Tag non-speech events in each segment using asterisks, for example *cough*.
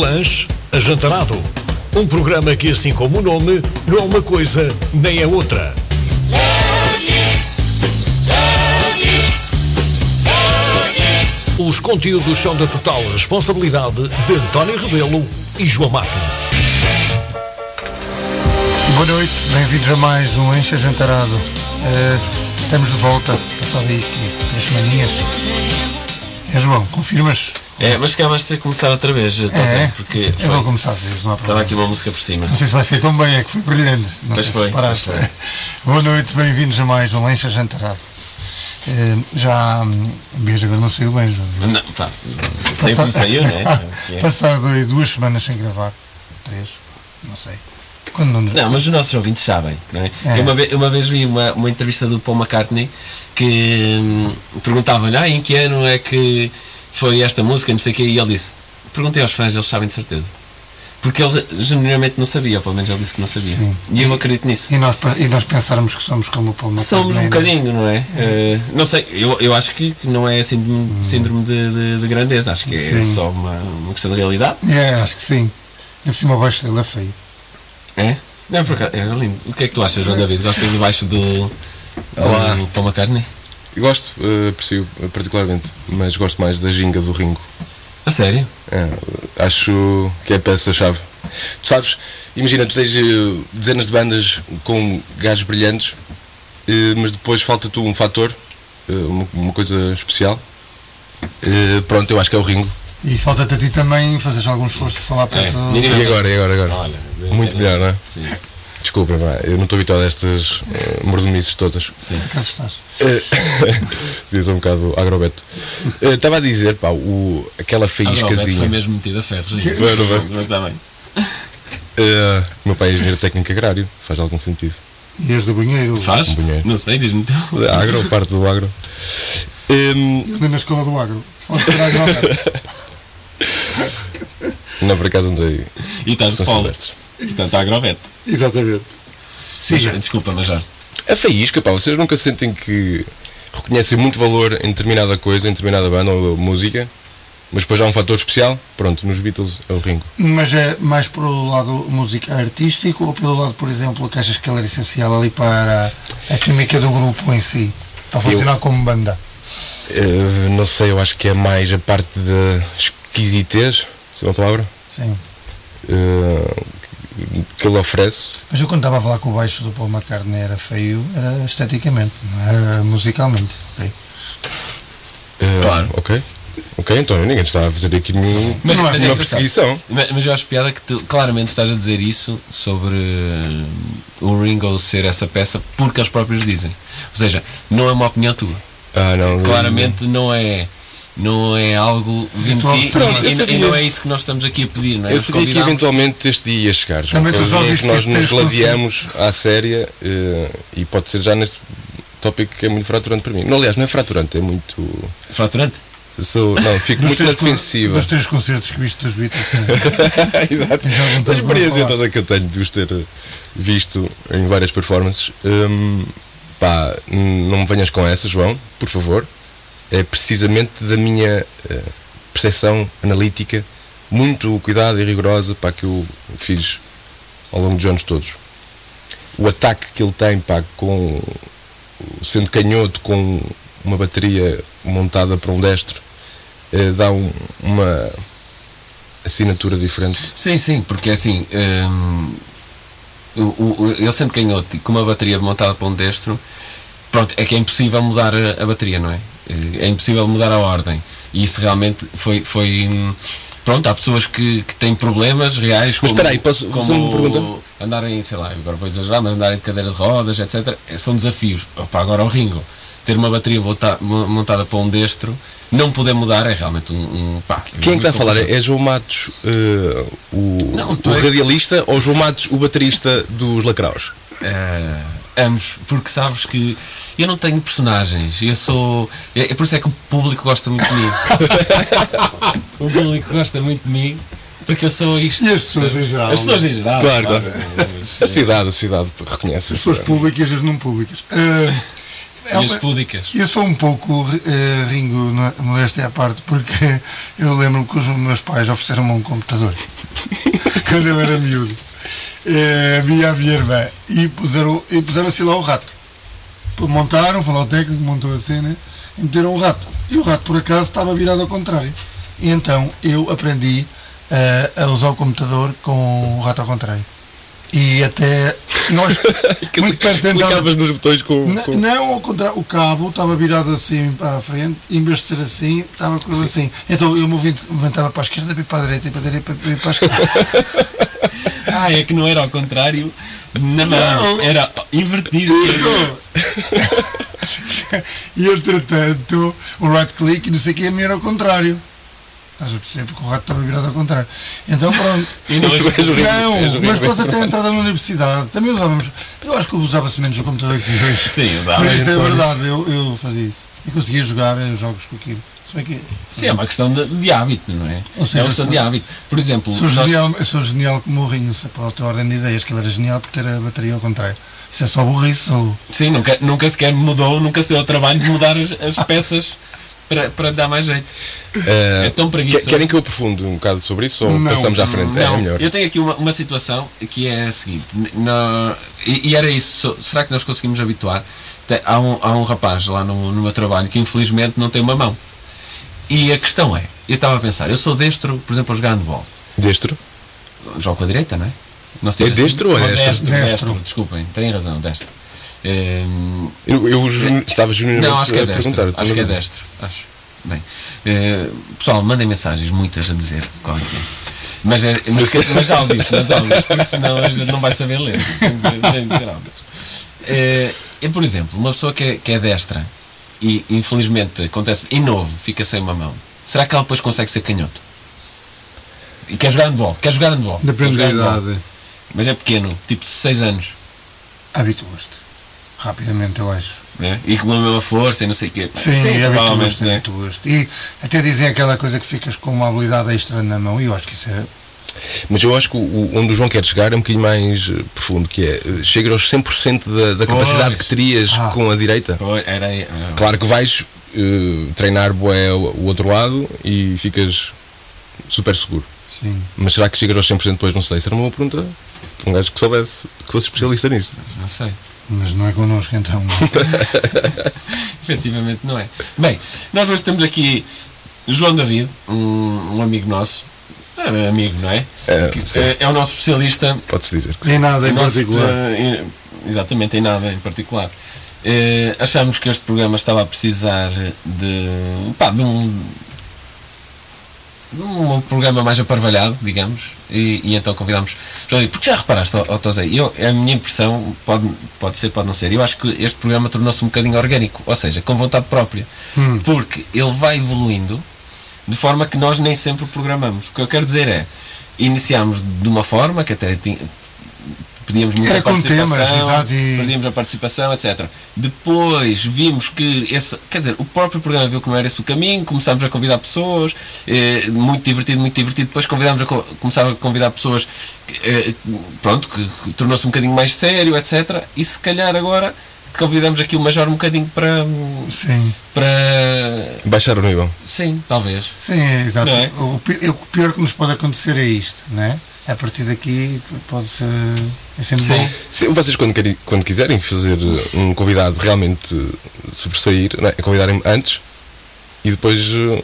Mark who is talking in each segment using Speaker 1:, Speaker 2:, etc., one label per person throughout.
Speaker 1: Mas, Ajantarado, um programa que, assim como o nome, não é uma coisa nem é outra. Os conteúdos são da total responsabilidade de António Rebelo e João Matos.
Speaker 2: Boa noite, bem-vindos a mais um Encha Jantarado. Eh, estamos de volta, passado aí aqui, três semaninhas. É João, confirmas?
Speaker 3: É, mas cá vais ter que começar outra vez, está
Speaker 2: é,
Speaker 3: certo? Porque
Speaker 2: eu vou
Speaker 3: foi,
Speaker 2: começar a dizer, não há
Speaker 3: estava
Speaker 2: problema.
Speaker 3: aqui uma música por cima.
Speaker 2: Não sei se vai ser tão bem, é que foi brilhante. Não
Speaker 3: Pois
Speaker 2: sei
Speaker 3: foi,
Speaker 2: se paraste.
Speaker 3: pois foi.
Speaker 2: Boa noite, bem-vindos a mais um Encha Jantarado. Eh, já. hum, Beijo, agora não saiu bem, João.
Speaker 3: Não, pá, sei como saiu,
Speaker 2: *laughs*
Speaker 3: né?
Speaker 2: Passado aí duas semanas sem gravar, três, não sei. Quando não nos.
Speaker 3: Não, mas os nossos ouvintes sabem, não é?
Speaker 2: É.
Speaker 3: Eu uma vez, uma vez vi uma, uma entrevista do Paul McCartney que hum, perguntavam-lhe ah, em que ano é que foi esta música, não sei o quê, e ele disse: Perguntei aos fãs, eles sabem de certeza. Porque ele genuinamente não sabia, ou pelo menos ele disse que não sabia.
Speaker 2: Sim.
Speaker 3: E eu acredito nisso.
Speaker 2: E nós, e nós pensarmos que somos como o Paul McCartney.
Speaker 3: Somos um
Speaker 2: não é?
Speaker 3: bocadinho, não é? Eh, não sei, eu, eu acho que, que não é
Speaker 4: Hum.
Speaker 3: síndrome, síndrome de, de- de grandeza, acho que é
Speaker 2: Sim.
Speaker 3: só uma, uma questão de realidade.
Speaker 2: É, acho que sim. Eu por cima abaixo dele é feio.
Speaker 3: É? Não, por acaso, é lindo. O que é que tu achas, João David? Gostas do baixo do,
Speaker 4: Olá.
Speaker 3: do Paul McCartney?
Speaker 4: Eu Gosto, eh, aprecio particularmente, mas gosto mais da ginga do Ringo.
Speaker 3: A sério?
Speaker 4: É, acho que é a peça-chave. Tu sabes, imagina, tu tens eh, dezenas de bandas com gajos brilhantes, eh, mas depois falta-te um fator, eh, uma, uma coisa especial. Eh, pronto, eu acho que é o Ringo.
Speaker 2: E falta-te a ti também fazeres algum esforço de falar perto. do-
Speaker 3: mínimo.
Speaker 4: Ah. E agora, e agora, agora?
Speaker 3: É, Olha,
Speaker 4: Muito melhor, não é?
Speaker 3: Sim,
Speaker 4: Desculpa, pá, eu não estou habituado a estas eh, mordomices todas.
Speaker 3: sim.
Speaker 2: Cá estás.
Speaker 4: Eh, *laughs* Sim, sou um bocado agrobeto. Eh, Estava a dizer, pá, o, aquela
Speaker 3: Ah, não, o Beto
Speaker 4: faíscazinha.
Speaker 3: foi mesmo metido a ferros. aí.
Speaker 4: Não, não vai.
Speaker 3: Mas está bem.
Speaker 4: Eh, meu pai é engenheiro técnico agrário, faz algum sentido.
Speaker 2: E és do banheiro.
Speaker 3: Faz?
Speaker 4: Um banheiro.
Speaker 3: Não sei, diz-me tu.
Speaker 4: Agro, parte do agro. Hum,
Speaker 2: Eu andei na escola do agro. Pode ser agro.
Speaker 4: não, por acaso andei.
Speaker 3: E estás de
Speaker 4: São
Speaker 3: Paulo.
Speaker 4: silvestres.
Speaker 3: Portanto, agroveto.
Speaker 2: *laughs* Exatamente. Siga.
Speaker 3: Desculpa, mas é. já.
Speaker 4: A faísca, pá, vocês nunca sentem que reconhecem muito valor em determinada coisa, em determinada banda ou música, mas depois há um fator especial? Pronto, nos Beatles é o Ringo.
Speaker 2: Mas é mais pelo lado música artístico ou pelo lado, por exemplo, que achas que ela era essencial ali para a química do grupo em si? Para funcionar como banda?
Speaker 4: Eh, não sei, eu acho que é mais a parte da esquisitez, se é uma palavra,
Speaker 2: Sim.
Speaker 4: eh, que- que ele oferece.
Speaker 2: Mas eu quando estava a falar com o baixo do Paul McCartney era feio, era esteticamente, não era musicalmente. ok?
Speaker 4: Eh,
Speaker 3: Claro.
Speaker 4: Ok. Ok, então ninguém está a fazer aqui nenhum-
Speaker 3: Mas-
Speaker 4: uma
Speaker 3: mas é engraçado.
Speaker 4: perseguição.
Speaker 3: Mas, mas eu acho piada que tu claramente estás a dizer isso sobre hum, o Ringo ser essa peça porque eles próprios dizem. Ou seja, não é uma opinião tua.
Speaker 4: Ah, não.
Speaker 3: Claramente não é. Não é algo vindo de ti
Speaker 2: Pronto,
Speaker 3: e-
Speaker 4: eu
Speaker 3: e,
Speaker 4: sabia.
Speaker 3: e não é isso que nós estamos aqui a pedir, não é?
Speaker 4: Eu
Speaker 3: Nós
Speaker 4: sabia que
Speaker 3: convidámos-
Speaker 4: eventualmente este dia ia chegar. João,
Speaker 2: Também
Speaker 4: que é
Speaker 2: tu
Speaker 4: o
Speaker 2: já
Speaker 4: dia em
Speaker 2: ouviste
Speaker 4: que nós
Speaker 2: que tens
Speaker 4: nos gladiamos à séria eh, e pode ser já neste tópico que é muito fraturante para mim. Não, aliás, não é fraturante, é muito.
Speaker 3: Fraturante?
Speaker 4: Sou, não, fico muito na
Speaker 2: três con-
Speaker 4: defensiva.
Speaker 2: dos três concertos que viste dos Beatles. sim.
Speaker 4: *laughs* Exato.
Speaker 2: Tens algum
Speaker 4: A
Speaker 2: tempo para
Speaker 4: experiência
Speaker 2: falar?
Speaker 4: toda então, é que eu tenho de os ter eh, visto em várias performances. hum, pá, n- não me venhas com essa, João, por favor. É precisamente da minha eh, percepção analítica, muito cuidada e rigorosa para que eu fiz ao longo dos anos todos. O ataque que ele tem, pá, com sendo canhoto com uma bateria montada para um destro, eh, dá um- uma assinatura diferente.
Speaker 3: Sim, sim, porque é assim. hum, o, o- ele sendo canhoto e com uma bateria montada para um destro, pronto, é que é impossível mudar a, a bateria, não é? É impossível mudar a ordem. E isso realmente foi. foi hum, pronto, há pessoas que, que têm problemas reais.
Speaker 4: Mas
Speaker 3: como-
Speaker 4: espera aí, posso-
Speaker 3: como
Speaker 4: fazer uma pergunta?
Speaker 3: Andarem, sei lá, agora vou exagerar, mas andarem de cadeira de rodas, etc. é- São desafios. Opa, agora o Ringo. Ter uma bateria bota- mo- montada para um destro, não poder mudar, é realmente um. um pá,
Speaker 4: Quem é que está a
Speaker 3: muito
Speaker 4: falar?
Speaker 3: complicado.
Speaker 4: É João Matos eh, o,
Speaker 3: Não, tu
Speaker 4: o
Speaker 3: é-
Speaker 4: radialista ou João Matos o baterista dos Lacraus?
Speaker 3: Eh, ambos, porque sabes que eu não tenho personagens, eu sou. É, é por isso é que o público gosta muito de mim. o público gosta muito de mim, porque eu sou isto.
Speaker 2: E as pessoas em geral,
Speaker 3: As pessoas em geral.
Speaker 4: Claro, claro.
Speaker 3: Ah, claro.
Speaker 4: A cidade, a cidade reconhece.
Speaker 2: Pessoas públicas e as não públicas. Ah,
Speaker 3: e as púdicas.
Speaker 2: Eu sou um pouco eh, ringo, na- modéstia à parte, porque *laughs* eu lembro-me que os meus pais ofereceram-me um computador *laughs* quando eu era miúdo. Eh, havia a minha irmã e puseram, e puseram assim lá o rato. Montaram, falou ao técnico, montou a cena e meteram o rato. E o rato, por acaso, estava virado ao contrário. E então eu aprendi eh, a usar o computador com o rato ao contrário. E até. eu acho que muito perto de entrar-
Speaker 4: Clicavas nos botões com.
Speaker 2: N-
Speaker 4: com-
Speaker 2: Não, é ao contrário, o cabo estava virado assim para a frente, em vez de ser assim, estava coisa assim. Então eu me levantava para a esquerda, para a direita, para a direita, para, para a esquerda.
Speaker 3: *laughs* Ah, é que não era ao contrário na mão,
Speaker 2: Não.
Speaker 3: era invertido.
Speaker 2: e entretanto, o right click e não sei o que, a minha era ao contrário. Estás a perceber? Porque o rato estava virado ao contrário. Então
Speaker 3: *laughs*
Speaker 2: pronto.
Speaker 3: E não, é
Speaker 4: Tu és o ringo, és o
Speaker 2: Não, mas
Speaker 4: ringo.
Speaker 2: depois até a entrada na universidade também usávamos. Eu acho que usava-se menos o computador que hoje.
Speaker 3: Sim, usava.
Speaker 2: Mas isto é verdade, eu, eu fazia isso. E conseguia jogar eh, jogos com aquilo. Se bem que
Speaker 3: Sim, é uma questão de, de hábito, não é?
Speaker 2: Ou seja,
Speaker 3: é uma questão
Speaker 2: se-
Speaker 3: de hábito. Por exemplo,
Speaker 2: Sou
Speaker 3: nós-
Speaker 2: genial, eu sou genial como o Rinho, se- para a tua ordem de ideias, que ele era genial por ter a bateria ao contrário. Isso é só burrice ou.
Speaker 3: sim, nunca, nunca sequer mudou, nunca se deu o trabalho de mudar as,
Speaker 4: *laughs*
Speaker 3: as peças para, para dar mais jeito.
Speaker 4: Ah,
Speaker 3: É tão preguiçoso.
Speaker 4: que- Querem que eu aprofunde um bocado sobre isso ou
Speaker 2: Não,
Speaker 4: passamos à frente?
Speaker 3: Não,
Speaker 4: é melhor.
Speaker 3: Eu tenho aqui uma, uma situação que é a seguinte: n- na- e, e era isso, so- será que nós conseguimos habituar? Tem- há, um, há um rapaz lá no, no meu trabalho que infelizmente não tem uma mão. E a questão é: eu estava a pensar, eu sou destro, por exemplo, a jogar handball.
Speaker 4: Destro?
Speaker 3: Jogo com a direita, não é? Não se
Speaker 4: É
Speaker 3: diz assim?
Speaker 4: destro ou é destro?
Speaker 3: Destro,
Speaker 2: Destro.
Speaker 3: destro, desculpem, têm razão, destro. Hum,
Speaker 4: Eu, eu ju- estava genuinamente
Speaker 3: não, acho que é
Speaker 4: a perguntar.
Speaker 3: destro.
Speaker 4: estou
Speaker 3: Acho
Speaker 4: na
Speaker 3: que é
Speaker 4: dúvida.
Speaker 3: destro. Acho. Bem. eh, pessoal, mandem mensagens, muitas a dizer qual é que é. Mas, é- mas, mas áudios, mas áudios, porque senão a gente não vai saber ler. Tem de ser- tem de ser áudios. Eh, eu, por exemplo, uma pessoa que é, que é destra e infelizmente acontece em novo, fica sem uma mão, será que ela depois consegue ser canhoto? E quer jogar handball? Quer jogar handball? quer
Speaker 5: Depende da
Speaker 3: jogar handball.
Speaker 5: idade.
Speaker 3: Mas é pequeno, tipo 6 anos.
Speaker 2: Habituas-te. Rapidamente, eu acho.
Speaker 3: Né? E com a mesma força e não sei o quê.
Speaker 2: Sim, é habituas-te.
Speaker 3: provavelmente, né?
Speaker 2: habituas-te. E até dizem aquela coisa que ficas com uma habilidade extra na mão, e eu acho que isso é, era.
Speaker 4: Mas eu acho que o- onde o João quer chegar é um bocadinho mais eh, profundo, que é eh, chegas aos 100% da, da capacidade
Speaker 3: Pois.
Speaker 4: que terias
Speaker 2: Ah.
Speaker 4: com a direita.
Speaker 3: Pois, era aí, ah,
Speaker 4: Claro que vais eh, treinar bué o o outro lado e ficas super seguro.
Speaker 2: Sim.
Speaker 4: Mas será que chegas aos 100% depois? Não sei. Isso era uma boa pergunta para um gajo que soubesse, que fosse especialista nisto.
Speaker 3: Não sei.
Speaker 2: Mas não é connosco, então.
Speaker 3: Efetivamente não é. Bem, nós hoje temos aqui João David, um, um amigo nosso. É, amigo, não é?
Speaker 4: É,
Speaker 3: Que-
Speaker 4: sim.
Speaker 3: é, é o nosso especialista.
Speaker 4: Pode-se dizer.
Speaker 5: Nem nada *laughs* em
Speaker 3: Nós,
Speaker 5: particular.
Speaker 3: eh, em- exatamente, em nada em particular. Eh, achámos que este programa estava a precisar de, pá, de um de um programa mais aparvalhado, digamos, e, e então convidámos João David, porque já reparaste, ó, ó, Tosé, eu, a minha impressão, pode, pode ser, pode não ser, eu acho que este programa tornou-se um bocadinho orgânico, ou seja, com vontade própria,
Speaker 5: Hum.
Speaker 3: porque ele vai evoluindo de forma que nós nem sempre o programamos. O que eu quero dizer é, iniciámos de uma forma que até tinha, pedíamos muita
Speaker 2: Era com
Speaker 3: participação,
Speaker 2: temas, exato, e-
Speaker 3: pedíamos a participação, etc. Depois vimos que esse, quer dizer, o próprio programa viu que não era esse o caminho, começámos a convidar pessoas, eh, muito divertido, muito divertido. Depois convidámos a, co- começámos a convidar pessoas, eh, pronto, que, que tornou-se um bocadinho mais sério, etc. E se calhar agora convidamos aqui o Major um bocadinho para,
Speaker 2: Sim.
Speaker 3: para,
Speaker 4: Baixar o nível.
Speaker 3: sim, talvez.
Speaker 2: Sim, é exato.
Speaker 3: Não é?
Speaker 2: O, pi- o pior que nos pode acontecer é isto, né? A partir daqui pode ser. É sempre
Speaker 3: Sim.
Speaker 2: bom.
Speaker 4: Se vocês, quando, querem- quando quiserem fazer eh, um convidado realmente eh, sobressair, não é? convidarem-me antes e depois eh,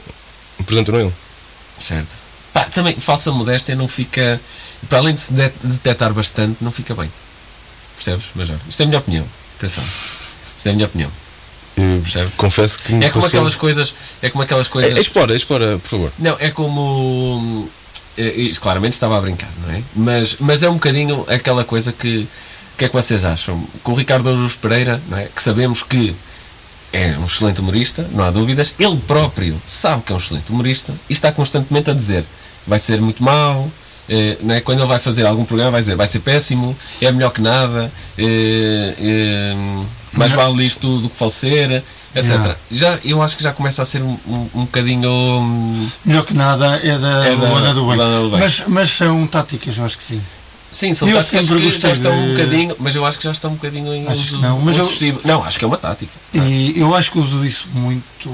Speaker 4: apresentam ele.
Speaker 3: Certo. Pá, também, falsa modéstia não fica. Para além de se det- detectar bastante, não fica bem. Percebes, Major? Isto é a minha opinião. Atenção. Isto é a minha opinião.
Speaker 4: Eh,
Speaker 3: Percebes?
Speaker 4: Confesso que me
Speaker 3: É como
Speaker 4: passou-
Speaker 3: aquelas coisas. É como aquelas
Speaker 4: Eh,
Speaker 3: coisas.
Speaker 4: Explora, explora, por favor.
Speaker 3: Não, é como. hum, é- é- Isto claramente estava a brincar, não é? Mas, mas é um bocadinho aquela coisa que. O que é que vocês acham? Com o Ricardo Aruz Pereira, não é? Que sabemos que é um excelente humorista, não há dúvidas. Ele próprio sabe que é um excelente humorista e está constantemente a dizer vai ser muito mau. eh, não é? Quando ele vai fazer algum programa, vai dizer vai ser péssimo, é melhor que nada, eh, eh, mais vale isto do que falecer, etc.
Speaker 2: Yeah.
Speaker 3: Já, eu acho que já começa a ser um, um, um bocadinho. hum,
Speaker 2: Melhor que nada é da
Speaker 3: É da
Speaker 2: Luana do Bem.
Speaker 3: Luana do Bem.
Speaker 2: Mas, mas são táticas, eu acho que sim.
Speaker 3: Sim, são
Speaker 2: E eu
Speaker 3: táticas
Speaker 2: sempre
Speaker 3: que já
Speaker 2: gostei
Speaker 3: estão um
Speaker 2: de-
Speaker 3: bocadinho, mas eu acho que já estão um bocadinho em
Speaker 2: Acho
Speaker 3: uso
Speaker 2: que não, mas eu-
Speaker 3: excessivo. Não, acho que é uma tática.
Speaker 2: E eu acho que uso isso muito,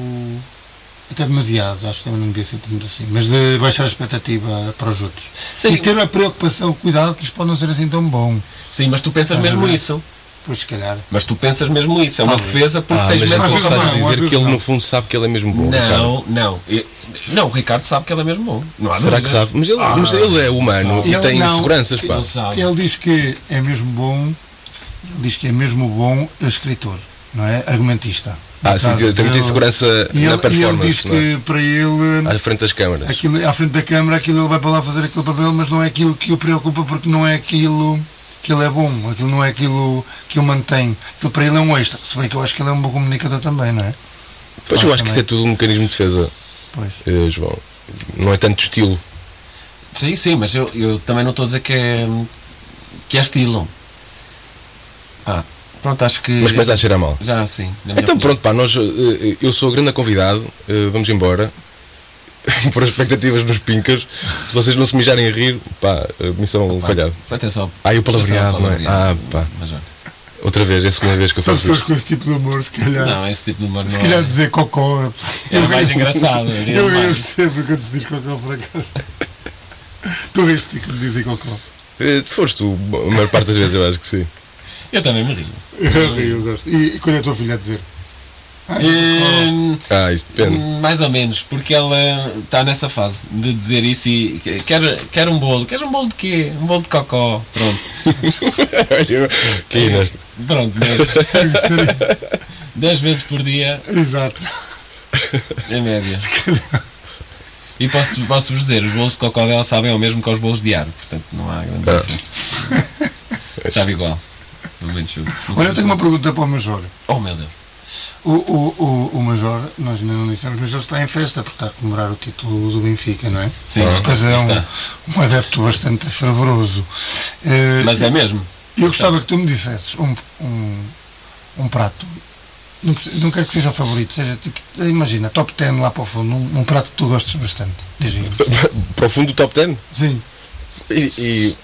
Speaker 2: até demasiado, acho que também não devia ser tanto assim, mas de baixar a expectativa para os outros.
Speaker 3: Sim.
Speaker 2: E ter a preocupação, cuidado, que isto pode não ser assim tão bom.
Speaker 3: Sim, mas tu pensas
Speaker 2: Estás a
Speaker 3: mesmo
Speaker 2: ver?
Speaker 3: isso.
Speaker 2: Pois se calhar.
Speaker 3: Mas tu pensas mesmo isso. É uma
Speaker 2: Talvez.
Speaker 3: defesa porque
Speaker 4: Ah,
Speaker 3: tens
Speaker 4: mas
Speaker 3: medo
Speaker 2: às
Speaker 4: não
Speaker 2: vezes
Speaker 3: do
Speaker 4: estás a
Speaker 2: não, às
Speaker 4: dizer
Speaker 2: vezes
Speaker 4: que ele
Speaker 2: não.
Speaker 4: no fundo sabe que ele é mesmo bom. Ricardo.
Speaker 3: Não, não. E- Não, o Ricardo sabe que ele é mesmo bom. Não há
Speaker 4: Será que
Speaker 3: dúvidas.
Speaker 4: sabe? Mas ele,
Speaker 3: Ah,
Speaker 4: mas ele é humano
Speaker 2: sabe.
Speaker 4: e
Speaker 2: Ele
Speaker 4: tem
Speaker 2: não.
Speaker 4: inseguranças, pá.
Speaker 3: Ele sabe.
Speaker 2: Ele diz que é mesmo bom, ele diz que é mesmo bom escritor, não é? Argumentista. No
Speaker 4: Ah, sim,
Speaker 2: caso
Speaker 4: tem muita
Speaker 2: dele.
Speaker 4: insegurança
Speaker 2: E
Speaker 4: na
Speaker 2: ele, e ele
Speaker 4: performance,
Speaker 2: diz
Speaker 4: não é?
Speaker 2: que para ele
Speaker 4: À frente das câmaras.
Speaker 2: aquilo, à frente da câmara, aquilo ele vai para lá fazer aquele papel, mas não é aquilo que o preocupa porque não é aquilo que ele é bom, aquilo não é aquilo que o mantém. Aquilo para ele é um extra, se bem que eu acho que ele é um bom comunicador também, não é?
Speaker 4: Pois eu
Speaker 2: Faz
Speaker 4: acho que
Speaker 2: também.
Speaker 4: isso é tudo um mecanismo de defesa,
Speaker 2: Pois.
Speaker 4: eh, João. Não é tanto estilo.
Speaker 3: Sim, sim, mas eu, eu também não estou a dizer que é, que é estilo. Ah, pronto, acho que.
Speaker 4: Mas começa a cheirar mal.
Speaker 3: Já assim. na minha
Speaker 4: Então
Speaker 3: opinião.
Speaker 4: pronto, pá, nós, eh, eh, eu sou grande convidado, eh, vamos embora. *laughs* Por expectativas nos pincas, se vocês não se mijarem a rir, pá, eh, missão
Speaker 3: Pá,
Speaker 4: falhada.
Speaker 3: Foi atenção.
Speaker 4: Ah, e o palavreado,
Speaker 3: atenção ao
Speaker 4: não é? Ah, pá.
Speaker 3: Mas já.
Speaker 4: Outra vez, é a segunda vez que eu
Speaker 2: Para
Speaker 4: faço
Speaker 2: pessoas
Speaker 4: isto.
Speaker 2: com esse tipo de humor, se calhar.
Speaker 3: Não, esse tipo de humor não
Speaker 2: Se calhar
Speaker 3: é.
Speaker 2: dizer cocó. eu-
Speaker 3: Era mais
Speaker 2: eu-
Speaker 3: engraçado, era
Speaker 2: Eu rio
Speaker 3: mais.
Speaker 2: sempre quando se diz cocó por
Speaker 3: *laughs*
Speaker 2: acaso. Tu riste quando dizem cocó.
Speaker 4: Eh, Se fores tu, a maior parte das vezes eu acho que sim.
Speaker 3: Eu também me rio.
Speaker 2: Eu rio, eu gosto. E, e quando é a tua filha a dizer? Ai, cocó.
Speaker 3: Hum,
Speaker 4: Ah, isso *laughs* depende.
Speaker 3: Hum, Mais ou menos, porque ela está nessa fase de dizer isso e que- quer, quer um bolo. Quer um bolo de quê? Um bolo de cocó. Pronto, Eh,
Speaker 4: Olha, que é nesta.
Speaker 3: pronto. Mas
Speaker 2: Eu gostaria- *laughs*
Speaker 3: 10 vezes por dia,
Speaker 2: Exato.
Speaker 3: é média. E posso- posso-vos dizer, os bolos de cocó dela sabem ao mesmo que aos bolos de ar, portanto não há grande
Speaker 4: Ah.
Speaker 3: diferença.
Speaker 2: *laughs*
Speaker 3: Sabe igual. Pelo menos eu.
Speaker 2: Olha, eu tenho uma pergunta para o Major.
Speaker 3: Oh meu Deus.
Speaker 2: O, o, o, o Major, nós ainda não dissemos, mas ele está em festa porque está a comemorar o título do Benfica, não é?
Speaker 3: Sim,
Speaker 2: Pois é
Speaker 3: está.
Speaker 2: um, um adepto bastante fervoroso. Eh,
Speaker 3: Mas é mesmo.
Speaker 2: Eu gostava que tu me dissesses um, um, um prato. Não, preci- não quero que seja o favorito, seja tipo, imagina, top 10 lá para o fundo, um, um prato que tu gostes bastante. Diz-me.
Speaker 4: Para o fundo do top 10.
Speaker 2: Sim.
Speaker 4: E.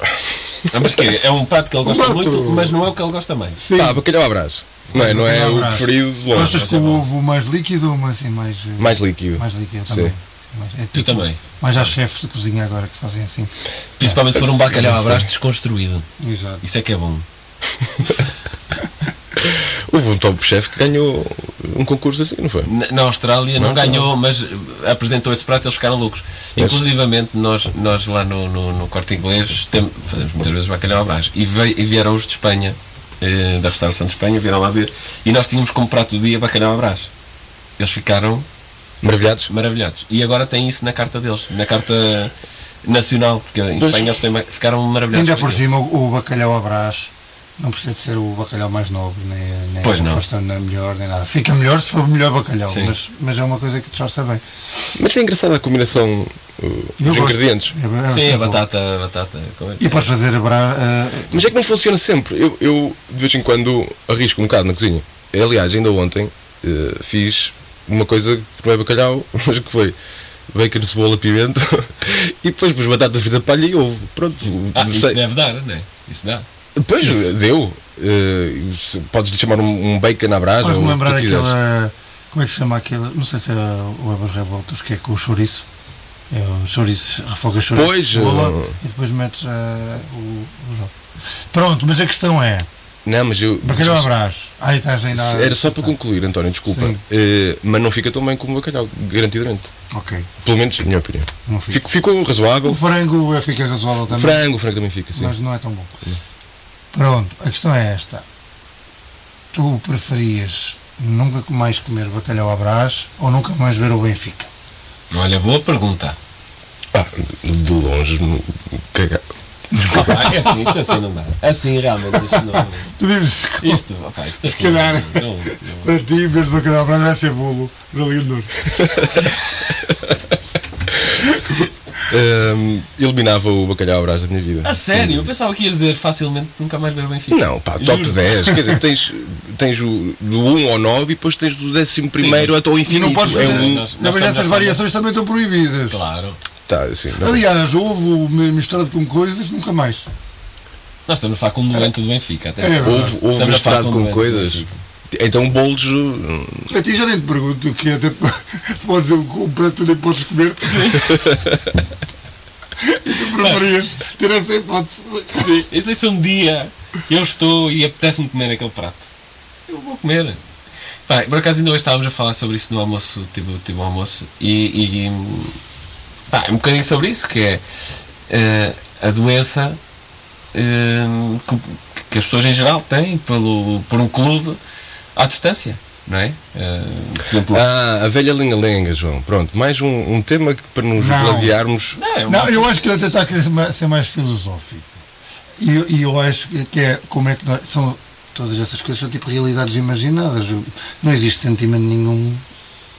Speaker 3: Ah, mas que é um prato que ele
Speaker 2: Um
Speaker 3: gosta
Speaker 2: prato.
Speaker 3: muito, mas não é o que ele gosta mais.
Speaker 4: e...
Speaker 2: Sim.
Speaker 4: Pá, bacalhau à brás. um Não é, não é o
Speaker 2: Um Abraço.
Speaker 4: preferido de longe.
Speaker 2: Gostas
Speaker 3: mas
Speaker 2: com
Speaker 3: é
Speaker 2: o
Speaker 3: bom.
Speaker 2: ovo mais líquido ou mais, assim, mais, eh,
Speaker 4: Mais líquido.
Speaker 2: mais líquido
Speaker 4: Sim.
Speaker 2: também? Sim, mais- é tipo-
Speaker 3: Tu também.
Speaker 2: Mas há chefes de cozinha agora que fazem assim.
Speaker 3: Principalmente se for um bacalhau à brás desconstruído.
Speaker 2: Exato.
Speaker 3: Isso é que é bom.
Speaker 4: Houve um top chef que ganhou um concurso assim, não foi?
Speaker 3: Na, na Austrália não, ganhou, mas eh, apresentou esse prato e eles ficaram loucos. Inclusivamente, nós, nós lá no, no, no corte inglês tem- fazemos muitas vezes bacalhau à brás e, veio- e vieram os de Espanha, eh, da restauração de Espanha, vieram lá ver e nós tínhamos como prato do dia bacalhau à brás. Eles ficaram
Speaker 4: Maravilhados?
Speaker 3: maravilhados. E agora têm isso na carta deles, na carta nacional, porque em
Speaker 4: Pois.
Speaker 3: Espanha eles têm, ma- ficaram maravilhados.
Speaker 2: Ainda
Speaker 3: com
Speaker 2: por
Speaker 3: aquilo.
Speaker 2: cima, o, o bacalhau à brás não precisa de ser o bacalhau mais nobre, nem, nem
Speaker 3: Pois
Speaker 2: a
Speaker 3: não.
Speaker 2: composta não é melhor, nem nada. Fica melhor se for o melhor bacalhau,
Speaker 3: Sim.
Speaker 2: mas, mas é uma coisa que disfarça bem.
Speaker 4: Mas é engraçada a combinação uh,
Speaker 2: Eu
Speaker 4: dos
Speaker 2: gosto.
Speaker 4: ingredientes.
Speaker 2: É bem- é
Speaker 3: Sim,
Speaker 2: bastante
Speaker 3: a
Speaker 2: bom.
Speaker 3: batata, a batata. como é que
Speaker 2: E
Speaker 3: é?
Speaker 2: podes fazer eh, a bra... a-
Speaker 4: Mas é que não funciona sempre. Eu, eu, de vez em quando arrisco um bocado na cozinha. Aliás, ainda ontem eh, fiz uma coisa que não é bacalhau, *laughs* mas que foi bacon, cebola, pimento *laughs* e depois pus batata frita palha e ovo. Pronto,
Speaker 3: Ah,
Speaker 4: não
Speaker 3: isso
Speaker 4: sei.
Speaker 3: deve dar, não é? Isso dá.
Speaker 4: Depois uh, deu. Eh, se- Podes lhe chamar um, um bacon à brasa ou
Speaker 2: Faz-me
Speaker 4: o
Speaker 2: lembrar
Speaker 4: que tu quiseres.
Speaker 2: aquela. Como é que se chama aquela? Não sei se é o Ebas Revoltos, que é com o chouriço. É o chouriço, refoga chouriço.
Speaker 4: Pois,
Speaker 2: cebola,
Speaker 4: eu-
Speaker 2: E depois metes eh, o, o jogo. Pronto, mas a questão é.
Speaker 4: Não, mas eu.
Speaker 2: Bacalhau à brás. Aí estás ainda. a-
Speaker 4: Era só para concluir, António, desculpa.
Speaker 2: Sim.
Speaker 4: Eh, mas não fica tão bem como bacalhau, garantidamente.
Speaker 2: Ok.
Speaker 4: Pelo menos, na minha opinião.
Speaker 2: Não fica.
Speaker 4: Fico- ficou razoável.
Speaker 2: O frango eh, fica razoável também.
Speaker 4: frango, o frango também fica, sim.
Speaker 2: Mas não é tão bom. Pronto, a questão é esta. Tu preferias nunca mais comer bacalhau à brás ou nunca mais ver o Benfica?
Speaker 3: Olha, boa pergunta.
Speaker 4: Ah, de longe, no- caga-
Speaker 3: Opa, é assim, isto assim não dá. Assim realmente isto não.
Speaker 2: Tu dizes que
Speaker 3: Isto, opa, isto assim.
Speaker 2: Se calhar.
Speaker 3: Não, não.
Speaker 2: Para ti, em vez de bacalhau branco, vai ser bolo da Liga do Norte.
Speaker 4: Ahm, Ehm, eliminava o bacalhau à brás da minha vida.
Speaker 3: A sério, eu pensava que ias dizer facilmente nunca mais ver o Benfica.
Speaker 4: Não, pá, top
Speaker 3: Juro.
Speaker 4: 10. Quer dizer, tens, tens o, do 1 ao 9 e depois tens do 11 primeiro
Speaker 3: Sim.
Speaker 4: até ao infinito.
Speaker 2: não podes
Speaker 4: é
Speaker 2: fazer-
Speaker 4: um,
Speaker 3: nós-
Speaker 2: Na
Speaker 3: nós estamos
Speaker 2: verdade,
Speaker 3: a
Speaker 2: essas
Speaker 3: falar-
Speaker 2: variações também estão proibidas.
Speaker 3: Claro.
Speaker 4: tá, assim, não.
Speaker 2: Aliás, ovo mi- misturado com coisas, nunca mais.
Speaker 3: Nós estamos a falar com um doente do Benfica. Até
Speaker 2: É,
Speaker 4: Houve, houve
Speaker 3: Estamos a falar
Speaker 4: misturado
Speaker 3: com
Speaker 4: com
Speaker 3: doentes,
Speaker 4: coisas. Então bolos. hum,
Speaker 2: A ti já nem te pergunto o que é, até *laughs* te- podes um um prato nem podes comer. e tu preferias ter essa hipótese.
Speaker 3: Eu sei se um dia eu estou e apetece-me comer aquele prato. Eu vou comer. Pá, por acaso ainda hoje estávamos a falar sobre isso no almoço, tipo, tipo almoço, e, e pá, um bocadinho sobre isso, que é eh, a doença eh, que, que as pessoas em geral têm pelo, por um clube à distância, não é? Eh, por exemplo,
Speaker 4: Ah, a velha lenga-lenga, João. Pronto, mais um, um tema que para nos
Speaker 2: Não.
Speaker 4: gladiarmos.
Speaker 3: não, é uma-
Speaker 2: Não, eu acho que ele até está a querer ser ma- ser mais filosófico. E, eu- e eu acho que- que é como é que nós. São, todas essas coisas são tipo realidades imaginadas. Não existe sentimento nenhum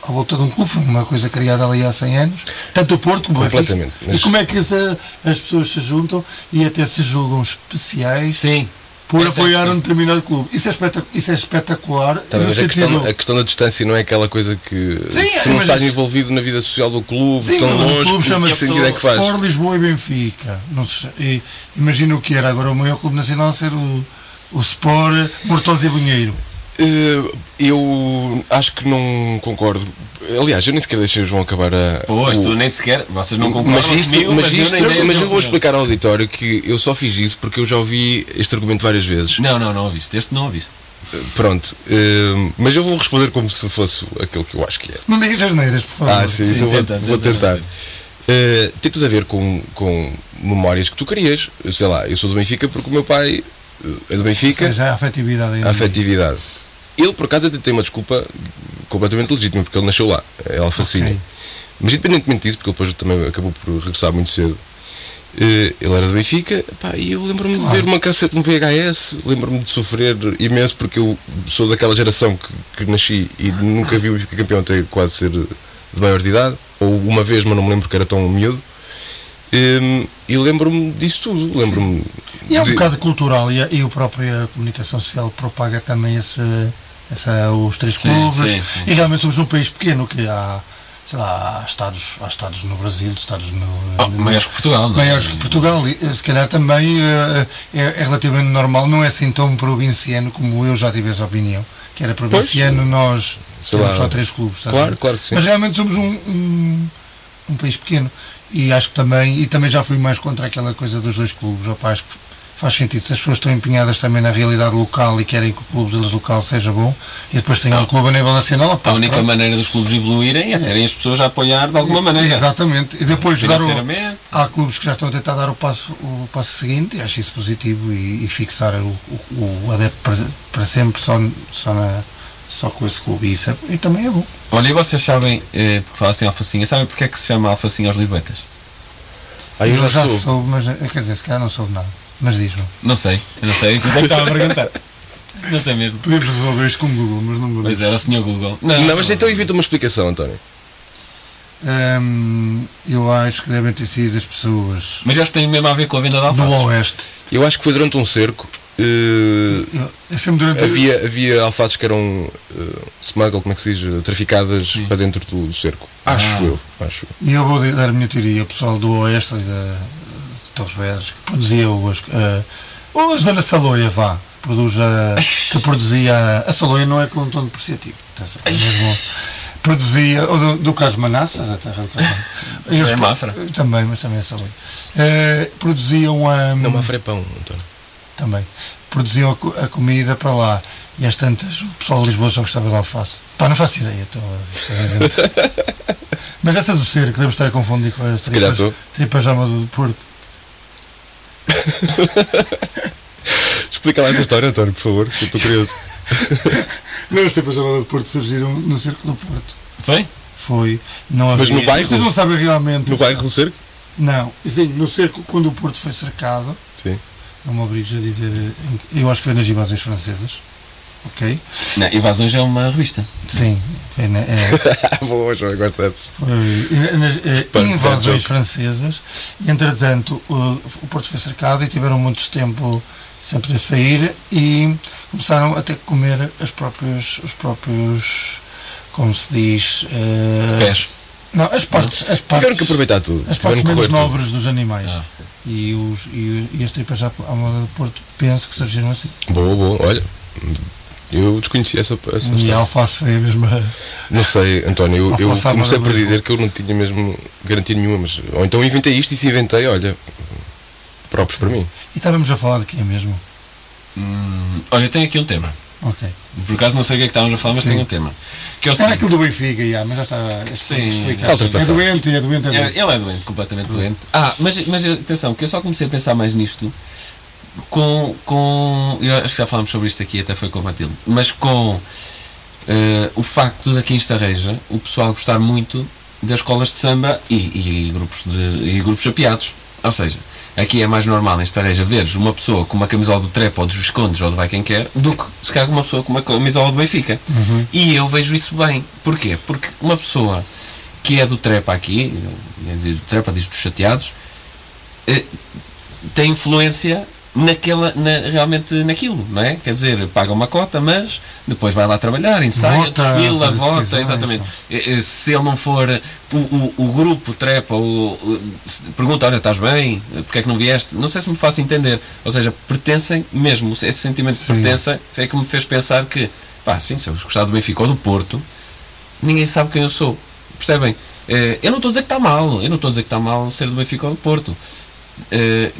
Speaker 2: à volta de um clube. Foi uma coisa criada ali há 100 anos. Tanto o Porto como o Benfica.
Speaker 4: Completamente, mas-
Speaker 2: E como é que essa- as pessoas se juntam e até se julgam especiais
Speaker 3: Sim.
Speaker 2: por
Speaker 3: Exato.
Speaker 2: apoiar um determinado clube? Isso é, espetac- isso é espetacular.
Speaker 4: Tá,
Speaker 2: no
Speaker 4: mas a, questão,
Speaker 2: sentido-
Speaker 4: a questão da distância não é aquela coisa que
Speaker 2: Sim,
Speaker 4: tu não
Speaker 2: mas-
Speaker 4: estás envolvido na vida social do clube,
Speaker 2: Sim,
Speaker 4: tão
Speaker 2: mas
Speaker 4: longe,
Speaker 2: o clube
Speaker 4: que
Speaker 2: chama-se
Speaker 4: sentido é que faz?
Speaker 2: Sport Lisboa e Benfica. Não se ch- e imagina o que era agora o maior clube nacional ser o, o Sport Mortosa e Bunheiro.
Speaker 4: Eh, eu acho que não concordo. Aliás, eu nem sequer deixei o João acabar a.
Speaker 3: Pois,
Speaker 4: o-
Speaker 3: tu nem sequer, vocês não concordam
Speaker 4: Mas isto,
Speaker 3: comigo,
Speaker 4: mas
Speaker 3: mas, eu
Speaker 4: isto-
Speaker 3: nem dei a
Speaker 4: mas
Speaker 3: minha
Speaker 4: eu vou
Speaker 3: opinião.
Speaker 4: explicar ao auditório que eu só fiz isso porque eu já ouvi este argumento
Speaker 3: *laughs*
Speaker 4: várias vezes.
Speaker 3: Não, não, não ouviste, este não ouviste.
Speaker 4: Pronto, eh, mas eu vou responder como se fosse aquilo que eu acho que é.
Speaker 2: Não digas as neiras, por favor.
Speaker 4: Ah, sim,
Speaker 3: Sim,
Speaker 4: isso eu vou,
Speaker 3: tenta,
Speaker 4: vou
Speaker 3: tenta,
Speaker 4: tentar.
Speaker 3: tenta.
Speaker 4: Eh, tipos a ver com, com memórias que tu querias. Sei lá, eu sou do Benfica porque o meu pai eh, é do
Speaker 2: Ou
Speaker 4: Benfica,
Speaker 2: seja, a afetividade ainda.
Speaker 4: a afetividade. Ele, por acaso, até tem uma desculpa completamente legítima, porque ele nasceu lá, é alfacinha.
Speaker 2: Ok.
Speaker 4: Mas independentemente disso, porque ele depois também acabou por regressar muito cedo, eh, ele era do Benfica, pá, e eu lembro-me de ver uma cassete, um VHS, lembro-me de sofrer imenso, porque eu sou daquela geração que, que nasci e nunca vi o Benfica campeão até quase ser de maior de idade, ou uma vez, mas não me lembro que era tão miúdo. Em, e lembro-me disso tudo, lembro-me.
Speaker 2: E é um
Speaker 4: de-
Speaker 2: bocado cultural e a, e a própria comunicação social propaga também esse, essa, os três
Speaker 3: Sim,
Speaker 2: clubes.
Speaker 3: sim, sim.
Speaker 2: E realmente somos um país pequeno que há, sei lá, há estados, há estados no Brasil, estados no.
Speaker 4: Ah,
Speaker 3: Oh,
Speaker 2: no-
Speaker 3: maiores que Portugal, não é?
Speaker 2: Maiores que Portugal, e, eh, se calhar também eh, é, é relativamente normal, não é assim tão provinciano como eu já tive essa opinião, que era provinciano, nós
Speaker 4: Sei
Speaker 2: temos
Speaker 4: lá.
Speaker 2: só três clubes. estás
Speaker 4: Claro,
Speaker 2: a ver?
Speaker 4: claro que sim.
Speaker 2: Mas realmente somos um, um, um país pequeno e acho que também, e também já fui mais contra aquela coisa dos dois clubes, rapaz, acho que faz sentido, se as pessoas estão empenhadas também na realidade local e querem que o clube deles local seja bom, e depois
Speaker 4: Ah.
Speaker 2: tem um clube a nível nacional, opá,
Speaker 3: A única
Speaker 2: pronto.
Speaker 3: maneira dos clubes evoluírem é terem as pessoas a apoiar de alguma maneira.
Speaker 2: Exatamente. E depois dar o,
Speaker 3: Financeiramente.
Speaker 2: há clubes que já estão a tentar dar o passo, o passo seguinte, e acho isso positivo e, e fixar o, o- o adepto para, para sempre só, só, na- só com esse clube. E, isso é- e também é bom.
Speaker 3: Olha, e vocês sabem, eh, porque falassem alfacinha, sabem porque é que se chama alfacinha aos lisbetas?
Speaker 4: Ah, eu já sou.
Speaker 2: soube, mas eh, quer dizer, se calhar não soube nada. Mas diz-me.
Speaker 3: Não sei, eu não sei, eu estava
Speaker 2: *laughs*
Speaker 3: a perguntar. Não sei mesmo.
Speaker 2: Podemos resolver isto com o Google, mas não
Speaker 3: Pois é. era o senhor Google.
Speaker 4: Não,
Speaker 2: é-
Speaker 4: mas então evita uma explicação, António.
Speaker 2: Hum, eu acho que devem ter sido as pessoas
Speaker 3: Mas acho que tem mesmo a ver com a venda de
Speaker 2: do
Speaker 3: alfaces.
Speaker 2: Oeste.
Speaker 4: Eu acho que foi durante um cerco. eh,
Speaker 2: Eu- é sempre durante
Speaker 4: havia, havia alfaces que eram eh, smuggle, como é que se diz? Traficadas para dentro do, do cerco. Acho eu. Acho eu.
Speaker 2: E eu vou dar a minha teoria, o pessoal do Oeste e da de Torres Vedras, que produzia o, as, eh, ou as da Saloia, vá, que, produz a, que produzia a- a Saloia não é com um tom depreciativo, atenção, é mesmo, produzia, ou do, do Carlos Manassas, da terra do Carlos Manassas. Eles
Speaker 3: É
Speaker 2: pro-
Speaker 3: Mafra.
Speaker 2: Também, mas também a Saloia. Eh, produziam a...
Speaker 4: Não, uma frepão, António.
Speaker 2: Também. Produziam a, co- a comida para lá. E às tantas, o pessoal de Lisboa só gostava de alface. Pá, não faço ideia, estou a estou a *laughs* inventar. Mas essa do cerco, devo estar a confundir com as tripas,
Speaker 4: calhar estou.
Speaker 2: tripas já do Porto.
Speaker 4: Explica lá essa história, António, por favor, que eu estou curioso.
Speaker 2: Não, as tripas já do Porto surgiram no cerco do Porto.
Speaker 3: Foi?
Speaker 2: Foi. Não
Speaker 4: Mas
Speaker 2: havia-
Speaker 4: no bairro?
Speaker 2: Vocês não sabem realmente.
Speaker 4: *laughs* No bairro do cerco?
Speaker 2: Não. Sim, no cerco, quando o Porto foi cercado,
Speaker 4: Sim.
Speaker 2: não me obriges a dizer. em que- Eu acho que foi nas invasões francesas. Ok?
Speaker 3: Não, Invasões é uma revista.
Speaker 2: Sim. Foi na, é,
Speaker 4: Ah, Boa, João, eu gosto dessas.
Speaker 2: Foi nas eh,
Speaker 4: Espanto,
Speaker 2: invasões
Speaker 4: espanto.
Speaker 2: francesas. E, entretanto, o, o Porto foi cercado e tiveram muito tempo sem poder sair e começaram a ter que comer as próprias, os próprios, como se diz, eh,
Speaker 3: Pés.
Speaker 2: não, as partes, as
Speaker 4: Tiveram que
Speaker 2: partes,
Speaker 4: aproveitar tudo.
Speaker 2: as
Speaker 4: Tiveram
Speaker 2: partes
Speaker 4: que correr
Speaker 2: menos
Speaker 4: tudo.
Speaker 2: nobres dos animais.
Speaker 3: Ah.
Speaker 2: e, os, e, e as tripas à, à moda do Porto penso que surgiram assim.
Speaker 4: Boa, boa, olha. Eu desconheci essa, essa
Speaker 2: E
Speaker 4: história.
Speaker 2: a alface foi a mesma.
Speaker 4: Não sei, António, eu, eu
Speaker 2: Alfonso Armada
Speaker 4: comecei por
Speaker 2: Branco.
Speaker 4: dizer que eu não tinha mesmo garantia nenhuma, mas. Ou então inventei isto e se inventei, olha. Próprios para mim.
Speaker 2: E estávamos a falar de quê mesmo?
Speaker 3: Hum, olha, tem aqui um tema.
Speaker 2: Ok.
Speaker 3: Por acaso não sei o que é que estávamos a falar, mas
Speaker 2: Sim.
Speaker 3: tem um tema. Que é o
Speaker 2: Era
Speaker 3: seguinte,
Speaker 2: aquilo do Benfica, já, mas já está
Speaker 3: Sim,
Speaker 2: explicado.
Speaker 3: está
Speaker 2: É
Speaker 4: ultrapassado.
Speaker 2: doente, é doente, é
Speaker 3: é-
Speaker 2: doente.
Speaker 3: ele é doente, completamente doente. Ah, mas, mas atenção, que eu só comecei a pensar mais nisto com. com eu acho que já falámos sobre isto aqui, até foi com a Matilde. Mas com eh, o facto daqui em Estarreja o pessoal gostar muito das escolas de samba e, e grupos, de, e grupos apiados. Ou seja, aqui é mais normal em Estarreja veres uma pessoa com uma camisola do Trep ou dos Viscondes ou de vai quem quer do que se calhar uma pessoa com uma camisola do Benfica. E eu vejo isso bem. Porquê? Porque uma pessoa que é do Trep aqui, eu ia dizer do Trep, diz dos chateados, eh, tem influência naquela, na- realmente naquilo, não é? Quer dizer, paga uma cota, mas depois vai lá trabalhar, ensaia,
Speaker 2: Vota,
Speaker 3: desfila,
Speaker 2: para
Speaker 3: vota,
Speaker 2: decisões,
Speaker 3: exatamente.
Speaker 2: não
Speaker 3: Eh, eh, Se ele não for eh, o, o, o grupo trepa ou eh, se- pergunta, olha, estás bem? Eh, Porque é que não vieste? Não sei se me faço entender. Ou seja, pertencem mesmo, esse sentimento de
Speaker 2: Sim.
Speaker 3: pertença é que me fez pensar que, pá, sim, se eu gostar do Benfica ou do Porto, ninguém sabe quem eu sou. Percebem? Eh, Eu não estou a dizer que está mal, eu não estou a dizer que está mal ser do Benfica ou do Porto. Eh,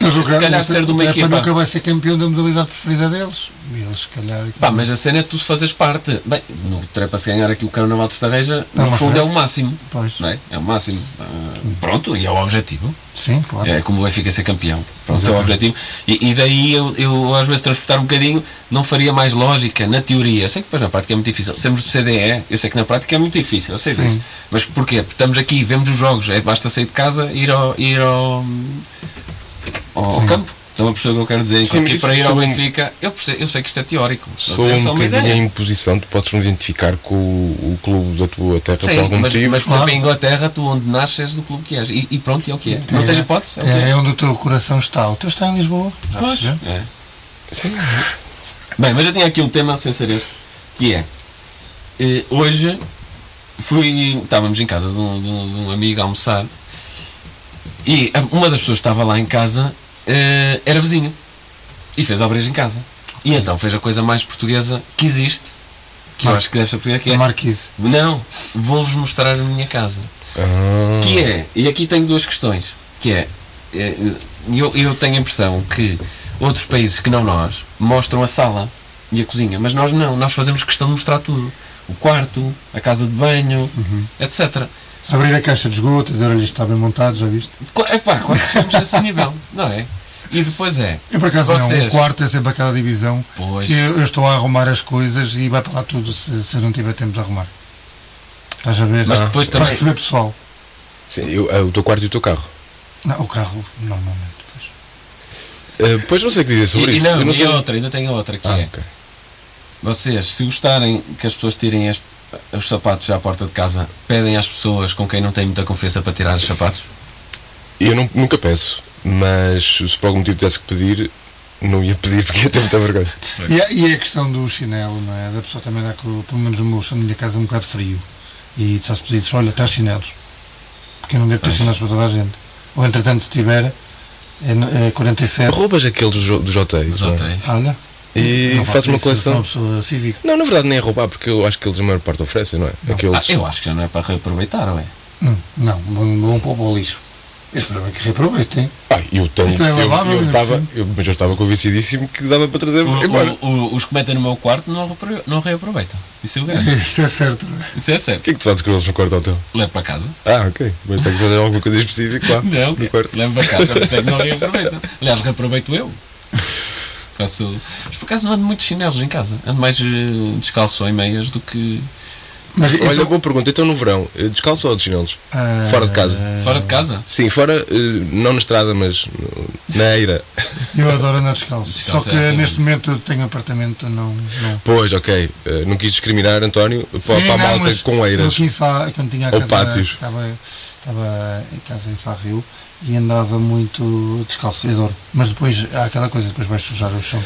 Speaker 2: Mas o
Speaker 3: se
Speaker 2: Grêmio
Speaker 3: calhar ser de uma
Speaker 2: o Grêmio
Speaker 3: equipa.
Speaker 2: nunca vai ser campeão da modalidade preferida deles. E eles, se calhar.
Speaker 3: Pá, mas a cena é tu se fazes parte. Bem, no trepa se ganhar aqui o Carnaval de Estarreja,
Speaker 2: É
Speaker 3: no
Speaker 2: uma
Speaker 3: fundo é
Speaker 2: festa.
Speaker 3: o máximo.
Speaker 2: Pois.
Speaker 3: Não é? é o máximo. Ah, pronto, e é o objetivo.
Speaker 2: Sim, claro.
Speaker 3: É como o Benfica ser campeão. Pronto, é o
Speaker 2: Exatamente.
Speaker 3: objetivo. E, e daí eu, eu, às vezes, transportar um bocadinho, não faria mais lógica na teoria. Eu sei que depois na prática é muito difícil. Sermos do CDE, eu sei que na prática é muito difícil, eu sei
Speaker 2: Sim.
Speaker 3: disso. Mas porquê? Porque estamos aqui, vemos os jogos, é, basta sair de casa e ir ao, ir ao, ao
Speaker 2: Sim.
Speaker 3: campo. Estão a perceber o que eu quero dizer? Enquanto
Speaker 4: mas
Speaker 3: que
Speaker 4: isso
Speaker 3: para ir ao
Speaker 4: sou um-
Speaker 3: Benfica, eu, percebo- eu sei que isto é teórico.
Speaker 4: Sou
Speaker 3: é só
Speaker 4: um
Speaker 3: uma
Speaker 4: bocadinho a
Speaker 3: ideia.
Speaker 4: imposição, tu podes nos identificar com o, o clube da tua terra por
Speaker 3: Sim,
Speaker 4: algum
Speaker 3: mas,
Speaker 4: motivo.
Speaker 3: mas por
Speaker 2: claro.
Speaker 3: exemplo, em Inglaterra, tu onde nasces és do clube que és. E, e pronto, e é o que é. Não tens hipótese? É o que
Speaker 2: É,
Speaker 3: é.
Speaker 2: onde o teu coração está. O teu está em Lisboa. Já
Speaker 3: Pois,
Speaker 2: percebeu?
Speaker 3: é.
Speaker 4: Sim,
Speaker 3: Bem, mas eu tinha aqui um tema sem ser este, que é eh, hoje fui. Estávamos em casa de um, de um- de um amigo a almoçar e a- uma das pessoas que estava lá em casa eh, era vizinho e fez obras em casa. E então fez a coisa mais portuguesa que existe, que eu
Speaker 2: Mar-
Speaker 3: acho que deve ser portuguesa, que
Speaker 2: A
Speaker 3: é.
Speaker 2: Marquise.
Speaker 3: Não, vou-vos mostrar a minha casa.
Speaker 4: Ah,
Speaker 3: Que é, e aqui tenho duas questões, que é, eh, eu, eu tenho a impressão que outros países que não nós mostram a sala e a cozinha, mas nós não, nós fazemos questão de mostrar tudo. O quarto, a casa de banho,
Speaker 4: Uhum.
Speaker 3: etc.
Speaker 2: Se abrir a caixa de esgoto, dizer olha, isto está bem montado, já viste?
Speaker 3: Qu- Epá, quase chegamos a esse nível, não é? E depois é.
Speaker 2: Eu por acaso não, o
Speaker 3: vocês-
Speaker 2: quarto é sempre aquela divisão
Speaker 3: Pois.
Speaker 2: que eu, eu estou a arrumar as coisas e vai para lá tudo se, se eu não tiver tempo de arrumar. Estás a ver?
Speaker 3: Mas depois
Speaker 2: Para
Speaker 3: também-
Speaker 2: receber pessoal.
Speaker 4: sim, eu- ah, o teu quarto e o teu carro.
Speaker 2: Não, o carro, normalmente. Pois.
Speaker 4: Ah, pois não sei o que dizer sobre
Speaker 3: E, e
Speaker 4: isso.
Speaker 3: não,
Speaker 4: eu não
Speaker 3: e
Speaker 4: tenho-
Speaker 3: a outra, ainda tenho a outra, que
Speaker 4: Ah,
Speaker 3: é.
Speaker 4: ok.
Speaker 3: Vocês, se gostarem que as pessoas tirem as- os sapatos já à porta de casa, pedem às pessoas com quem não têm muita confiança para tirar os sapatos?
Speaker 4: Eu não- nunca peço, mas se por algum motivo tivesse que pedir, não ia pedir porque ia ter muita vergonha.
Speaker 2: E, é a, e a questão do chinelo, não é? Da pessoa também dá com, pelo menos o meu chão da minha casa é um bocado frio. E tu estás pedidos, olha, traz chinelos. Porque eu não devo ter chinelos para toda a gente. Ou entretanto, se tiver, é, no- é 47.
Speaker 4: Roubas aquele dos, dos hotéis. não é?
Speaker 3: Exatamente.
Speaker 2: Olha.
Speaker 4: E
Speaker 2: não
Speaker 4: fazes
Speaker 2: faço isso,
Speaker 4: uma
Speaker 2: eu sou
Speaker 4: coleção.
Speaker 2: uma pessoa cívica.
Speaker 4: Não, na verdade nem é roubar, porque eu acho que eles a maior parte oferecem, não é? Aqueles.
Speaker 3: Ah, eu acho que já não é para reaproveitar, ou é?
Speaker 2: Hum, Não, vão vão pôr para o lixo. Eu espero bem que reaproveitem.
Speaker 4: Ah, eu tenho.
Speaker 2: Então é
Speaker 4: eu-
Speaker 2: lavável,
Speaker 4: eu
Speaker 2: ainda
Speaker 4: estava-
Speaker 2: por
Speaker 4: eu- mas eu estava convencidíssimo que dava para trazer
Speaker 3: O-
Speaker 4: embora.
Speaker 3: o- o- os que metem no meu quarto não, repro- não reaproveitam. Isso é o grande.
Speaker 2: *laughs* Isso é certo, não é?
Speaker 3: Isso é
Speaker 4: O
Speaker 3: certo.
Speaker 4: que é que tu fazes com eles no quarto hotel?
Speaker 3: Levo para casa.
Speaker 4: Ah, ok. Mas tem que fazer alguma coisa específica, claro.
Speaker 3: Não,
Speaker 4: no quarto.
Speaker 3: levo para casa. mas é que não reaproveitam. Aliás, reaproveito eu. Faço... Mas por acaso não ando muito chinelos em casa. Ando mais eh, descalço ou em meias do que
Speaker 2: Mas eu
Speaker 4: Olha,
Speaker 2: tô-
Speaker 4: boa pergunta. Então no verão, eh, descalço ou de chinelos?
Speaker 2: Ah,
Speaker 4: Fora de casa.
Speaker 3: fora de casa.
Speaker 4: Sim, fora, eh, não na estrada, mas no- na eira.
Speaker 2: eu adoro andar descalço.
Speaker 3: Descalço,
Speaker 2: Só que
Speaker 4: assim,
Speaker 3: é,
Speaker 4: né?
Speaker 2: neste
Speaker 3: sim.
Speaker 2: momento eu tenho apartamento, não. não.
Speaker 4: Pois, ok. Eh, não quis discriminar, António, para,
Speaker 2: Sim,
Speaker 4: para a
Speaker 2: não,
Speaker 4: malta
Speaker 2: mas
Speaker 4: com
Speaker 2: Eu
Speaker 4: eiras.
Speaker 2: quis lá, quando tinha a
Speaker 4: Ou
Speaker 2: casa.
Speaker 4: pátios.
Speaker 2: Estava, estava em casa em Sarrio e andava muito descalço, eu adoro. Mas depois há aquela coisa, depois vais sujar o chão.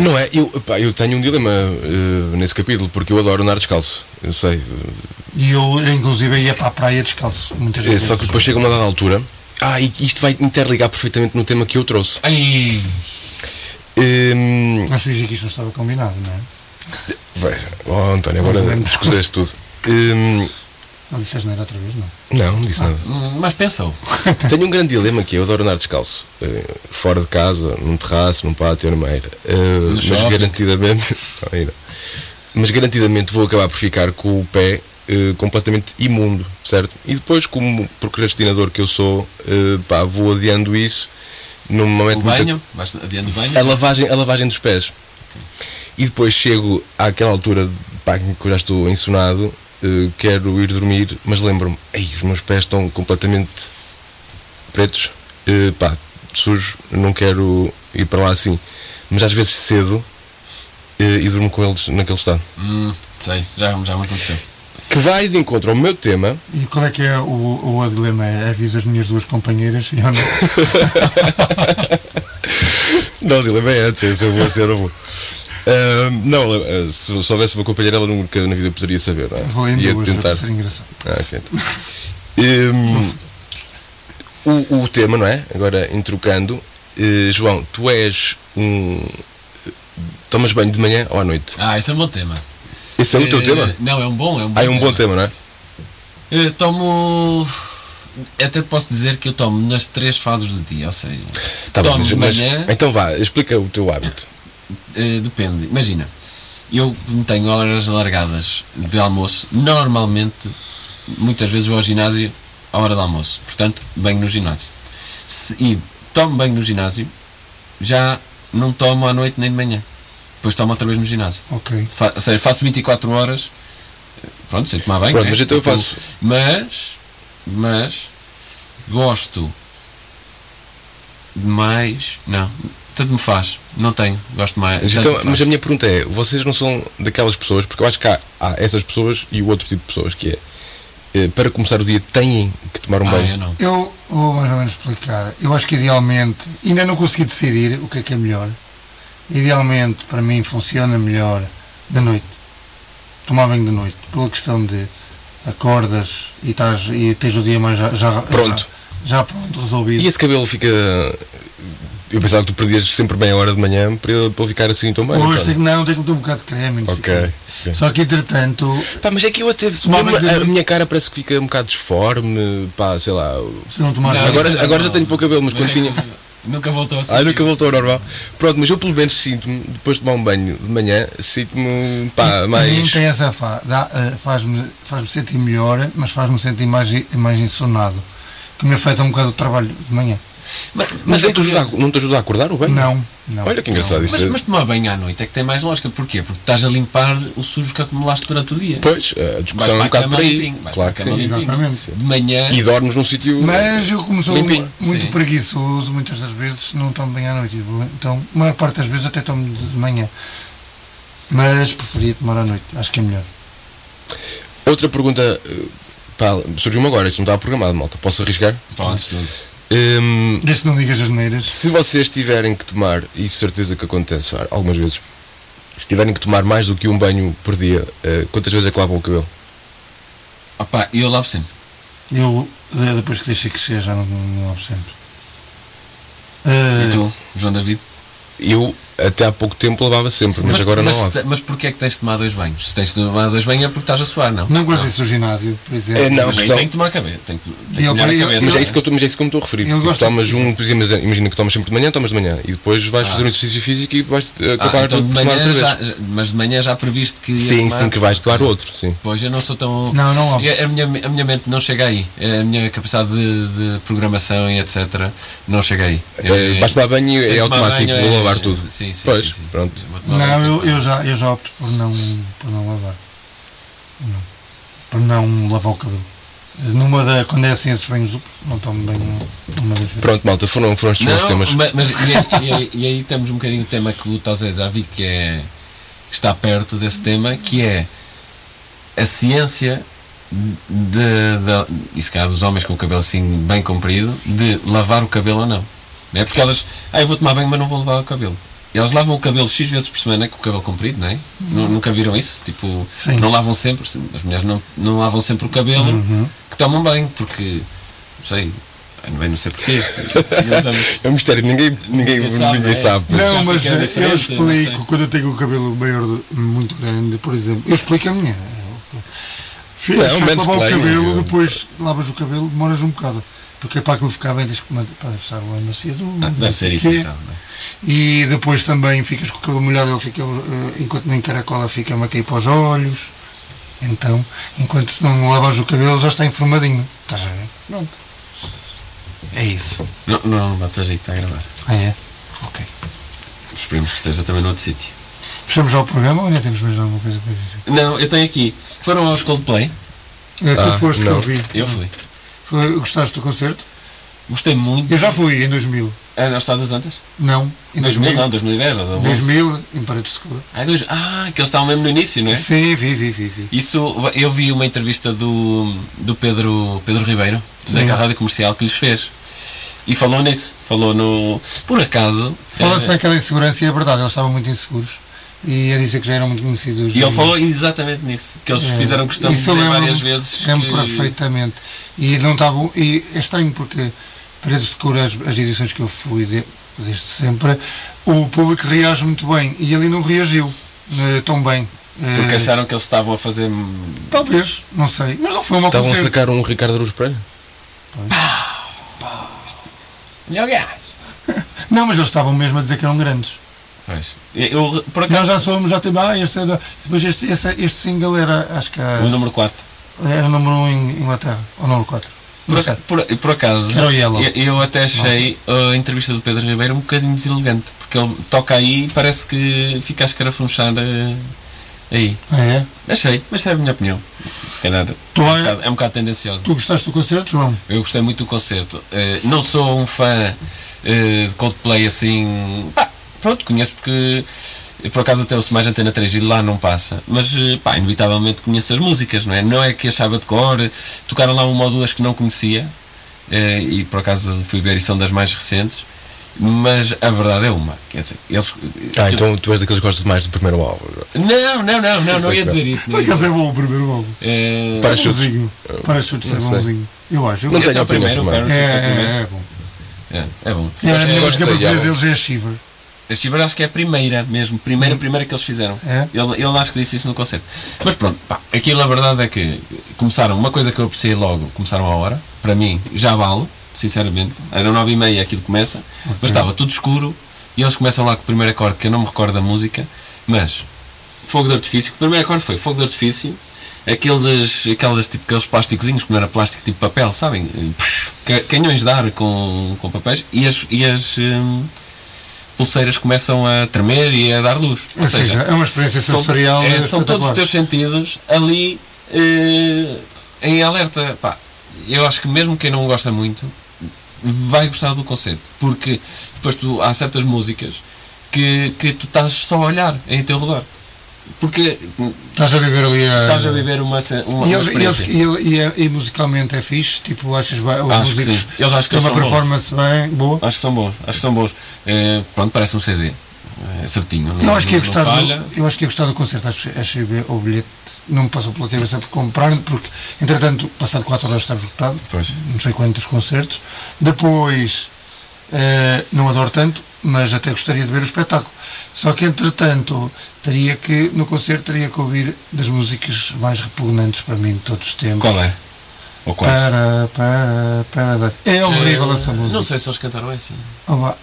Speaker 4: Não é? Eu, pá, eu tenho um dilema eh, nesse capítulo, porque eu adoro andar descalço. Eu sei.
Speaker 2: E eu, inclusive, ia para a praia descalço. Muitas
Speaker 4: Eh,
Speaker 2: vezes.
Speaker 4: só que depois chega uma dada altura, Ah, e isto vai interligar perfeitamente no tema que eu trouxe.
Speaker 3: Ai,
Speaker 4: Hum,
Speaker 2: Mas fingi que isto não estava combinado, não é?
Speaker 4: bem, oh, António, agora
Speaker 2: Não lembro.
Speaker 4: descusaste tudo. Hum,
Speaker 2: Não disseste não era outra vez, não?
Speaker 4: não, não
Speaker 3: *laughs*
Speaker 4: disse nada.
Speaker 3: mas pensou.
Speaker 4: Tenho um grande dilema que é, eu adoro andar descalço. Eh, fora de casa, num terraço, num pátio, numa eira. Eh, mas
Speaker 3: shopping.
Speaker 4: garantidamente. *laughs* Não, aí não. mas garantidamente vou acabar por ficar com o pé eh, completamente imundo, certo? E depois, como procrastinador que eu sou, eh, pá, vou adiando isso num momento
Speaker 3: O
Speaker 4: muito-
Speaker 3: banho, é vais adiando o
Speaker 4: a
Speaker 3: banho.
Speaker 4: lavagem, a lavagem dos pés. E depois chego àquela altura de, pá, em que eu já estou ensonado, eh, quero ir dormir, mas lembro-me, ei, os meus pés estão completamente pretos, eh, pá, sujos, não quero ir para lá assim. Mas às vezes cedo eh, e durmo com eles naquele estado.
Speaker 3: Hum, sei, já, já me aconteceu.
Speaker 4: Que vai de encontro ao meu tema,
Speaker 2: E qual é que é o, o dilema? É aviso as minhas duas companheiras e eu não.
Speaker 4: *laughs* Não, Dila, bem antes, esse eu vou ser eu vou. Ahm, não, ela, ah, se, se houvesse uma companheira, ela nunca na vida poderia saber, não é?
Speaker 2: Vou em
Speaker 4: Ia
Speaker 2: duas,
Speaker 4: tentar.
Speaker 2: para ser engraçado.
Speaker 4: Ah, ok. então. Ahm, o, o tema, não é? Agora, introcando, eh, João, tu és um. Tomas banho de manhã ou à noite?
Speaker 3: Ah, esse é um bom tema.
Speaker 4: Esse é o teu
Speaker 3: Eh,
Speaker 4: tema?
Speaker 3: Não, é um bom, é um bom
Speaker 4: Ah, é um bom tema, não é?
Speaker 3: Eh, tomo. Até te posso dizer que eu tomo nas três fases do dia, ou seja,
Speaker 4: Tá
Speaker 3: tomo de
Speaker 4: mas-
Speaker 3: manhã,
Speaker 4: Então vá, explica o teu hábito.
Speaker 3: eh, depende. Imagina, eu como tenho horas alargadas de almoço, normalmente, muitas vezes vou ao ginásio à hora do almoço, portanto, banho no ginásio. Se- e tomo banho no ginásio, já não tomo à noite nem de manhã, depois tomo outra vez no ginásio.
Speaker 2: Ok.
Speaker 3: Fa- ou seja, faço 24 horas. Pronto, sei tomar bem. né?
Speaker 4: Pronto, mas então eu faço-
Speaker 3: Mas, mas, gosto mais. Não, tanto me faz. Não tenho, gosto mais.
Speaker 4: Mas,
Speaker 3: tanto
Speaker 4: então,
Speaker 3: me faz.
Speaker 4: mas a minha pergunta é: vocês não são daquelas pessoas, porque eu acho que há, há essas pessoas e o outro tipo de pessoas que é eh, para começar o dia têm que tomar um
Speaker 3: Ah, eu
Speaker 4: banho.
Speaker 3: não.
Speaker 2: Eu vou mais ou menos explicar. Eu acho que idealmente, ainda não consegui decidir o que é que é melhor. Idealmente, para mim, funciona melhor de noite. Tomar banho de noite. Pela questão de acordas e, estás, e tens o dia mais já, já-
Speaker 4: Pronto.
Speaker 2: Já, já pronto, resolvido.
Speaker 4: E esse cabelo fica. Eu pensava que tu perdias sempre meia hora de manhã para ele, para ele ficar assim tão bem.
Speaker 2: Hoje
Speaker 4: então.
Speaker 2: tenho, não, tenho que meter um bocado de creme. não sei
Speaker 4: Ok,
Speaker 2: o quê.
Speaker 4: ok.
Speaker 2: Só que entretanto,
Speaker 4: Pá, mas é que eu até.
Speaker 2: Tomar banho de
Speaker 4: a
Speaker 2: noite.
Speaker 4: minha cara parece que fica um bocado disforme, pá, sei lá.
Speaker 2: se não tomares
Speaker 3: Não,
Speaker 2: banho-
Speaker 4: agora
Speaker 3: isso é
Speaker 4: agora já
Speaker 3: normal.
Speaker 4: tenho pouco cabelo, mas quando tinha.
Speaker 3: Nunca voltou a ser.
Speaker 4: Ai, nunca voltou ao normal. Pronto, mas eu pelo menos sinto-me, depois de tomar um banho de manhã, sinto-me, pá,
Speaker 2: A mim
Speaker 4: mais.
Speaker 2: tem essa fa dá, eh, faz-me faz-me sentir melhor, mas faz-me sentir mais, mais insonado. Que me afeta um bocado o trabalho de manhã.
Speaker 3: Mas,
Speaker 4: Mas
Speaker 3: é
Speaker 4: não te, ajuda
Speaker 3: curioso.
Speaker 4: a, não te ajuda a acordar o banho?
Speaker 2: Não, não.
Speaker 4: Olha que engraçado isso. é.
Speaker 3: Mas, mas tomar banho à noite é que tem mais lógica. Porquê? Porque estás a limpar o sujo que acumulaste durante o dia.
Speaker 4: Pois, a
Speaker 3: Vais
Speaker 4: discussão é
Speaker 3: para
Speaker 4: um
Speaker 3: a
Speaker 4: bocado
Speaker 3: cama
Speaker 4: por aí.
Speaker 3: limpinho, vais
Speaker 4: Claro que
Speaker 3: para a cama
Speaker 4: sim.
Speaker 3: limpinho.
Speaker 2: Exatamente.
Speaker 3: De manhã.
Speaker 4: E dormes num sítio.
Speaker 2: Mas eu como sou
Speaker 4: Limpinho.
Speaker 2: muito
Speaker 3: Sim.
Speaker 2: preguiçoso, muitas das vezes não tomo bem à noite. Eu- Então, a maior parte das vezes até tomo de manhã. Mas preferia tomar à noite, acho que é melhor.
Speaker 4: Outra pergunta. eh, Pá, surgiu-me agora, isto não estava programado, malta. Posso arriscar?
Speaker 3: Podes tudo.
Speaker 4: Hum,
Speaker 2: Desde que não digas as neiras.
Speaker 4: se vocês tiverem que tomar, e isso certeza que acontece algumas vezes, se tiverem que tomar mais do que um banho por dia, eh, quantas vezes é que lavam o cabelo?
Speaker 3: Opa, eu lavo sempre.
Speaker 2: Eu, eh, depois que deixei crescer, já não, não lavo sempre.
Speaker 3: E
Speaker 2: Eh,
Speaker 3: tu, João David?
Speaker 4: Eu, até há pouco tempo, lavava sempre, mas, agora
Speaker 3: mas,
Speaker 4: não lavo.
Speaker 3: te- Mas porquê é que tens de tomar dois banhos? Se tens de tomar dois banhos é porque estás a suar, não?
Speaker 2: não gosto disso do ginásio, por exemplo.
Speaker 4: É, não,
Speaker 3: mas aí
Speaker 4: questão-
Speaker 3: tem que tomar a cabeça. Tem que, tem
Speaker 2: E
Speaker 3: que
Speaker 2: eu-
Speaker 3: molhar a
Speaker 2: eu-
Speaker 3: cabeça.
Speaker 4: Mas
Speaker 2: Não.
Speaker 4: é, isso que eu, tô- mas é isso que eu me estou a referir.
Speaker 2: Ele
Speaker 4: Tipo,
Speaker 2: gosta-
Speaker 4: tomas um, por exemplo, mas imagina que tomas sempre de manhã, tomas de manhã, e depois vais fazer um exercício físico e vais eh,
Speaker 3: Ah,
Speaker 4: acabar
Speaker 3: então
Speaker 4: de
Speaker 3: de
Speaker 4: tomar outra
Speaker 3: manhã
Speaker 4: vez.
Speaker 3: já, já- mas de manhã já previste que. ia
Speaker 4: Sim,
Speaker 3: tomar?
Speaker 4: sim, que vais tomar outro, sim.
Speaker 3: Pois eu não sou tão.
Speaker 2: Não, não há.
Speaker 3: Eu- A minha, a minha mente não chega aí. É A minha capacidade de, de programação e etc. não chega aí. Eu-
Speaker 4: Eh, vais tomar banho e
Speaker 3: tenho
Speaker 4: é
Speaker 3: que tomar
Speaker 4: automático,
Speaker 3: banho,
Speaker 4: vou
Speaker 3: é-
Speaker 4: lavar tudo.
Speaker 3: Sim, sim.
Speaker 4: Pois,
Speaker 3: sim, sim.
Speaker 4: pronto.
Speaker 3: Vou tomar
Speaker 2: Não,
Speaker 3: banho,
Speaker 2: eu,
Speaker 3: tenho que-
Speaker 2: eu já, eu já opto por não, por não lavar. Não. Por não lavar o cabelo. Numa da, quando é assim esses banhos duplos, não tomo bem numa das vezes.
Speaker 4: Pronto, malta, foram, foram estes os
Speaker 3: Não,
Speaker 4: temas.
Speaker 3: ma- mas, e, aí- e aí- e aí temos um bocadinho o tema que o Tose já vi que, é, que está perto desse tema, que é a ciência de, de, e se calhar dos homens com o cabelo assim bem comprido, de lavar o cabelo ou não. Não é? Porque elas, ah, eu vou tomar banho, mas não vou lavar o cabelo. E elas lavam o cabelo X vezes por semana com o cabelo comprido, não é? Nu- Nunca viram isso? Tipo,
Speaker 2: Sim.
Speaker 3: não lavam sempre,
Speaker 4: Uhum.
Speaker 3: as mulheres não, não lavam sempre o cabelo que tomam banho, porque, não sei, Bem, não sei porquê. *laughs* Eles amam-
Speaker 4: É um mistério, ninguém, ninguém, ninguém sabe. né?
Speaker 3: não é?
Speaker 4: mas-
Speaker 3: Mas
Speaker 2: Não,
Speaker 3: já
Speaker 2: mas
Speaker 3: fica
Speaker 2: eh, eu
Speaker 3: diferente, não
Speaker 2: explico
Speaker 3: sei.
Speaker 2: quando eu tenho o cabelo maior, do- muito grande, por exemplo. Eu explico a minha. É Fiz
Speaker 3: é um
Speaker 4: Não, menos
Speaker 2: lavar o
Speaker 4: play,
Speaker 2: cabelo,
Speaker 4: eu-
Speaker 2: depois lavas o cabelo, demoras um bocado. Porque é para aquilo ficar bem, tens que mandar para passar o ano macia do.
Speaker 3: Ah, Deve ser isso então. não é?
Speaker 2: E depois também ficas com o cabelo molhado, ele fica, eh, enquanto não encaracola, fica-me a cair é para os olhos. Então, enquanto não lavas o cabelo, já está informadinho. Estás a ver? Pronto. É isso.
Speaker 3: Não, não, não bate a jeito, está a gravar.
Speaker 2: Ah, é? Ok.
Speaker 3: Esperemos que esteja também noutro sítio.
Speaker 2: Fechamos já o programa ou ainda temos mais alguma coisa para dizer?
Speaker 3: Não, eu tenho aqui. Foram aos Coldplay?
Speaker 2: Eh,
Speaker 4: Ah,
Speaker 2: tu foste que
Speaker 4: não.
Speaker 2: eu vi.
Speaker 3: Eu fui.
Speaker 2: Foi- gostaste do concerto?
Speaker 3: Gostei muito.
Speaker 2: Eu já fui em 2000.
Speaker 3: Ah, no Estado das Antas?
Speaker 2: Não, em
Speaker 3: 2000,
Speaker 2: 2000.
Speaker 3: não, 2010. ou 2011.
Speaker 2: 2000, em Paredes de Segura.
Speaker 3: Ah, dois... ah, que eles estavam mesmo no início, não é?
Speaker 2: Sim, vi, vi, vi. vi.
Speaker 3: Isso, eu vi uma entrevista do, do Pedro, Pedro Ribeiro,
Speaker 2: Sim.
Speaker 3: da rádio comercial que lhes fez. E falou nisso. Falou no. Por acaso.
Speaker 2: Fala-se
Speaker 3: eh,
Speaker 2: daquela insegurança e é verdade, eles estavam muito inseguros. E a dizer que já eram muito conhecidos.
Speaker 3: e ele falou exatamente nisso. Que eles
Speaker 2: É,
Speaker 3: fizeram questão de
Speaker 2: isso eu
Speaker 3: dizer
Speaker 2: lembro-me-
Speaker 3: várias vezes.
Speaker 2: Lembro
Speaker 3: que-
Speaker 2: perfeitamente. E não está bom. E é estranho porque Paredes de Cura, as, as edições que eu fui de- desde sempre, o público reage muito bem. E ele não reagiu eh, tão bem. Eh,
Speaker 3: Porque acharam que eles estavam a fazer.
Speaker 2: Talvez, não sei. Mas não foi uma
Speaker 4: Estavam a
Speaker 2: concerto.
Speaker 4: sacar um Ricardo Aruz Pereira?
Speaker 3: Melhor gajo.
Speaker 2: Não, mas eles estavam mesmo a dizer que eram grandes.
Speaker 3: Pois. Eu, por acaso.
Speaker 2: Nós já somos, já temos. Ah, este, era- mas este, este, este single era, acho que
Speaker 3: O
Speaker 2: era,
Speaker 3: número 4.
Speaker 2: era o número 1 um em Inglaterra, ou número 4.
Speaker 3: Por, ac- por- por acaso,
Speaker 2: Era o Yellow.
Speaker 3: eu, eu até achei a entrevista do Pedro Ribeiro um bocadinho deselegante, porque ele toca aí e parece que fica a escarafunchar eh, aí.
Speaker 2: É.
Speaker 3: Achei, mas é a minha opinião. Se calhar é
Speaker 2: Tu,
Speaker 3: um
Speaker 2: vai-
Speaker 3: bocado, é um bocado tendenciosa.
Speaker 2: tu gostaste do concerto, João?
Speaker 3: Eu gostei muito do concerto. Eh, não sou um fã eh, de Coldplay assim. Pá, pronto, conheço porque eh, por acaso até ouço mais Antena 3 e lá não passa. Mas, eh, pá, inevitavelmente conheço as músicas, não é? Não é que achava de cor. eh, Tocaram lá uma ou duas que não conhecia eh, e por acaso fui ver e são das mais recentes. Mas a verdade é uma. Quer dizer, eles. eh,
Speaker 4: Ah, então tu és daqueles que gostas mais do primeiro álbum. é?
Speaker 3: Não, não, não, não, não
Speaker 4: Sei
Speaker 3: ia
Speaker 4: que
Speaker 3: dizer isso. não
Speaker 2: Por
Speaker 3: ia
Speaker 2: acaso
Speaker 3: dizer.
Speaker 2: é bom o primeiro álbum.
Speaker 3: Eh,
Speaker 4: Para
Speaker 2: É
Speaker 4: chutes.
Speaker 2: bonzinho. Para chutes é
Speaker 4: Não sei.
Speaker 2: bonzinho. Eu acho. Eu
Speaker 4: Não
Speaker 2: gosto.
Speaker 3: esse é
Speaker 4: tenho
Speaker 3: o primeiro, o
Speaker 4: opinião também.
Speaker 3: Parachutes é o primeiro.
Speaker 2: É, é, é bom.
Speaker 3: É, é bom.
Speaker 2: É, a minha
Speaker 4: gosto
Speaker 2: música
Speaker 4: da
Speaker 2: preferida
Speaker 4: Yellow.
Speaker 2: deles é a Shiver.
Speaker 3: A Shiver acho que é a primeira mesmo, primeira, primeira que eles fizeram.
Speaker 2: É?
Speaker 3: Ele, ele acho que disse isso no concerto. Mas pronto, pá, aquilo a verdade é que começaram, uma coisa que eu apreciei logo, começaram à hora, para mim já vale, sinceramente, eram nove e meia aquilo começa, mas estava tudo escuro e eles começam lá com o primeiro acorde que eu não me recordo da música, mas fogo de artifício, o primeiro acorde é foi fogo de artifício, aqueles, aqueles, tipo, aqueles plásticozinhos que não era plástico tipo papel, sabem? Ca- Canhões de ar com, com papéis e as. E as hum, pulseiras começam a tremer e a dar luz. Ou
Speaker 2: Ou seja,
Speaker 3: seja,
Speaker 2: é uma experiência
Speaker 3: são,
Speaker 2: sensorial.
Speaker 3: é,
Speaker 2: é
Speaker 3: são todos os
Speaker 2: espetacular.
Speaker 3: teus sentidos ali eh, em alerta. Pá, eu acho que mesmo quem não gosta muito vai gostar do concerto, porque depois tu, há certas músicas que, que tu estás só a olhar em teu redor. Porque
Speaker 2: Estás a viver ali a.
Speaker 3: estás a viver uma, ce- uma,
Speaker 2: É. E,
Speaker 3: uma
Speaker 2: eles, e, eles-
Speaker 3: experiência.
Speaker 2: e ele- e é- e musicalmente é fixe, tipo, achas bem, os
Speaker 3: Acho que
Speaker 2: músicos
Speaker 3: sim. Eles acham que
Speaker 2: têm uma
Speaker 3: eles são bons.
Speaker 2: performance bem boa.
Speaker 3: Acho que são bons, acho que são bons. Eh, pronto, parece um CD. eh, certinho.
Speaker 2: Eu acho que ia gostar
Speaker 3: falha.
Speaker 2: do, eu acho que ia gostar do concerto, acho, achei bem o bilhete, não me passou pela cabeça por comprar, porque entretanto, passado 4 horas estava esgotado,
Speaker 3: Pois.
Speaker 2: não sei quantos concertos. Depois, eh, não adoro tanto, mas até gostaria de ver o espetáculo. Só que entretanto, teria que, no concerto, teria que ouvir das músicas mais repugnantes para mim de todos os tempos.
Speaker 3: Qual é? Ou qual?
Speaker 2: Para, para, para. dar- É horrível
Speaker 3: Eh,
Speaker 2: essa música.
Speaker 3: Não sei se eles cantaram essa.
Speaker 2: Ah, vá.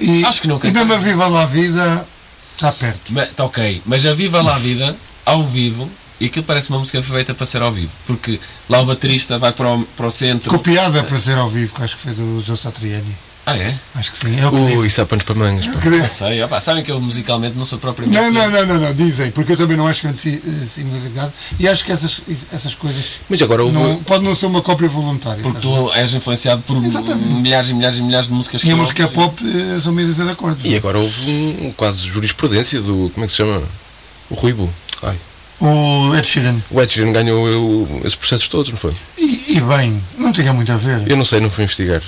Speaker 2: E,
Speaker 3: Acho que não
Speaker 2: E
Speaker 3: canta.
Speaker 2: mesmo a Viva lá a Vida está perto.
Speaker 3: Mas, tá ok, mas a Viva lá a Vida, ao vivo, e aquilo parece uma música feita para ser ao vivo, porque lá o baterista vai para o, para o centro.
Speaker 2: Copiada para ser ao vivo, que acho que foi do José Satriani.
Speaker 3: Ah, é?
Speaker 2: Acho que sim. É o que
Speaker 4: Ui,
Speaker 2: disse.
Speaker 4: isso há panos para mangas.
Speaker 2: É
Speaker 4: pá.
Speaker 2: o que disse.
Speaker 3: Sei, opá, sabem que eu musicalmente não sou propriamente.
Speaker 2: Não, não, não, não, não, dizem, porque eu também não acho grande si- eh, similaridade e acho que essas, essas coisas
Speaker 4: Mas agora um- o.
Speaker 2: não, pode não ser uma cópia voluntária.
Speaker 3: Porque
Speaker 2: estás a ver?
Speaker 3: tu és influenciado por
Speaker 2: Exatamente.
Speaker 3: milhares e milhares e milhares de músicas
Speaker 2: E a
Speaker 3: eu
Speaker 2: música
Speaker 3: ouço.
Speaker 2: pop eh, são meio dizer de acordos.
Speaker 4: E agora houve um, quase jurisprudência do. Como é que se chama? O Ruibo. Ai.
Speaker 2: O Ed Sheeran.
Speaker 4: O Ed Sheeran ganhou eu, esses processos todos, não foi?
Speaker 2: E, e bem, não tinha muito a ver.
Speaker 4: Eu não sei, não fui investigar.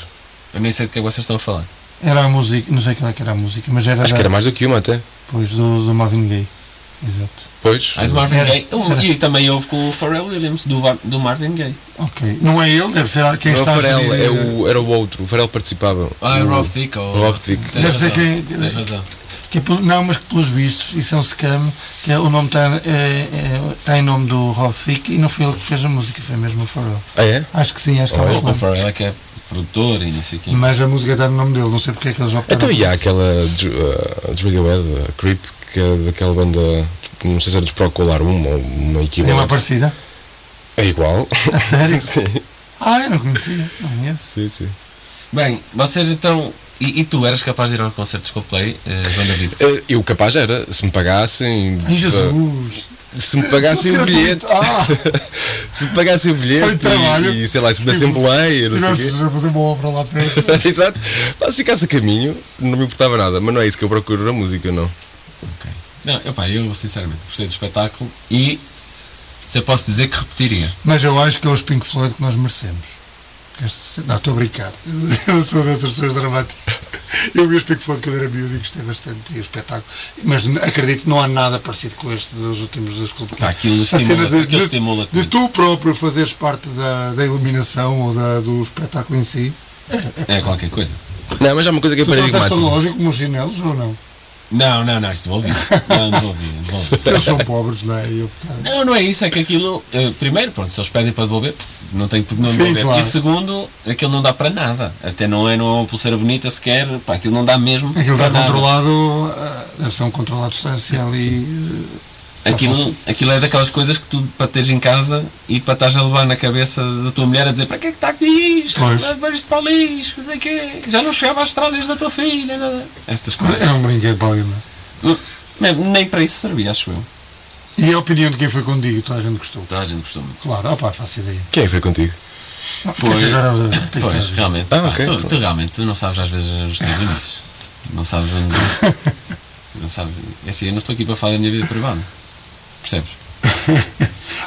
Speaker 3: Eu nem sei de que é que vocês estão a falar.
Speaker 2: Era a música, não sei qual é que era a música, mas era,
Speaker 4: Acho que
Speaker 2: da-
Speaker 4: era mais do que uma até.
Speaker 2: pois, do, do Marvin Gaye. Exato.
Speaker 4: Pois.
Speaker 3: Ah, do Marvin
Speaker 2: Era.
Speaker 3: Gaye. Um, E também houve com o Pharrell Williams, do, Var- do Marvin Gaye.
Speaker 2: Ok. Não é ele, deve ser há quem
Speaker 4: Não, o
Speaker 2: está a
Speaker 4: Farel
Speaker 2: gerir,
Speaker 4: é
Speaker 2: eh,
Speaker 4: o, era o outro, o Farel participava.
Speaker 3: Ah, é
Speaker 4: O-
Speaker 3: Rob Dick ou.
Speaker 4: Rob Dick.
Speaker 3: Tens
Speaker 2: Hum. Deve ser
Speaker 3: razão,
Speaker 2: quem-
Speaker 3: Tens razão.
Speaker 2: Que é pelo- não, mas que pelos vistos, isso é um scam, que é- o nome está é, é- tá em nome do Rob Thicke e não foi ele que fez a música, foi mesmo o Pharrell.
Speaker 4: Ah, é?
Speaker 2: Acho que sim, acho que há
Speaker 3: O
Speaker 2: um nome.
Speaker 3: Farrell é que é produtor e não sei o quê.
Speaker 2: Mas a música está no nome dele, não sei porque é que eles optaram.
Speaker 4: Então,
Speaker 2: por
Speaker 4: e há
Speaker 2: isso.
Speaker 4: aquela de- uh, dos Radiohead, a Creep, que é daquela banda, não sei se era dos Procol Harum ou uma
Speaker 2: Tem uma
Speaker 4: equivalente.
Speaker 2: parecida?
Speaker 4: É igual.
Speaker 2: *laughs* A sério?
Speaker 4: *laughs* sim,
Speaker 2: Ah, eu não conhecia, não conheço.
Speaker 4: sim, sim.
Speaker 3: Bem, vocês então. E, e tu eras capaz de ir ao concerto de Coldplay, eh, João David?
Speaker 4: Eh, Eu capaz era, se me pagassem.
Speaker 2: Ai, Jesus!
Speaker 4: eh, Se me pagassem o bilhete. *laughs*
Speaker 2: Ah,
Speaker 4: Se me pagassem o bilhete.
Speaker 2: foi
Speaker 4: e-
Speaker 2: trabalho.
Speaker 4: E, sei lá, se me
Speaker 2: Tipo,
Speaker 4: dessem boleia,
Speaker 2: Se
Speaker 4: não sei o
Speaker 2: tivesses a fazer uma obra lá perto.
Speaker 4: quê. *laughs* Exato. Pá, se ficasse a caminho, não me importava nada. Mas não é isso que eu procuro na música, não.
Speaker 3: Ok. Não, eu, pá, eu sinceramente gostei do espetáculo e até posso dizer que repetiria.
Speaker 2: Mas eu acho que é os Pink Floyd que nós merecemos. Que este- Não, estou a brincar. *laughs* Eu não sou dessas pessoas dramáticas. Eu vi os Pink Floyd quando era miúdo e gostei bastante do espetáculo. Mas n- acredito que não há nada parecido com este dos últimos dois clubes.
Speaker 3: Pá, aquilo
Speaker 2: A cena
Speaker 3: estimula-
Speaker 2: de,
Speaker 3: aquilo
Speaker 2: de-
Speaker 3: estimula-te
Speaker 2: de
Speaker 3: muito.
Speaker 2: tu próprio fazeres parte da, da iluminação ou da- do espetáculo em si.
Speaker 3: É qualquer coisa.
Speaker 4: Não, mas há uma coisa que é
Speaker 2: Tu trouxeste a
Speaker 4: paradigmática.
Speaker 2: lógico como os chinelos ou não?
Speaker 3: Não, não, não, isto vou ouvir. Não, não vou ouvir, não vou ouvir.
Speaker 2: Porque Eles são pobres, não é? E eu ficar...
Speaker 3: Não, não é isso, é que aquilo. eh, primeiro, pronto, se eles pedem para devolver, não tem porque não
Speaker 2: Sim,
Speaker 3: devolver.
Speaker 2: claro.
Speaker 3: E segundo, aquilo não dá para nada. Até não é, não é uma pulseira bonita sequer, pá, aquilo não dá mesmo.
Speaker 2: Aquilo
Speaker 3: para
Speaker 2: está
Speaker 3: nada.
Speaker 2: controlado, ah, deve ser um controlado substancial e. ah, só
Speaker 3: Aquilo, aquilo é daquelas coisas que tu para teres em casa e para estás a levar na cabeça da tua mulher a dizer para que é que está aqui isto?
Speaker 2: Pois.
Speaker 3: Leva isto para o lixo, não sei o quê. Já não chegava às tralhas da tua filha. nada. Estas coisas.
Speaker 2: Era um brinquedo para ali, não é?
Speaker 3: Nem, nem para isso servia, acho eu.
Speaker 2: E é a opinião de quem foi contigo, toda a gente gostou.
Speaker 3: Toda a gente gostou muito.
Speaker 2: Claro, opá, faço ideia.
Speaker 4: Quem foi contigo?
Speaker 2: Foi. Agora tens de
Speaker 3: Pois,
Speaker 2: trazer.
Speaker 3: realmente.
Speaker 4: Ah,
Speaker 3: pá,
Speaker 4: ok,
Speaker 3: tu,
Speaker 4: pronto.
Speaker 3: tu realmente tu não sabes às vezes os teus limites. Não sabes onde.
Speaker 2: *laughs*
Speaker 3: não sabes. É assim, eu não estou aqui para falar da minha vida privada. Percebes?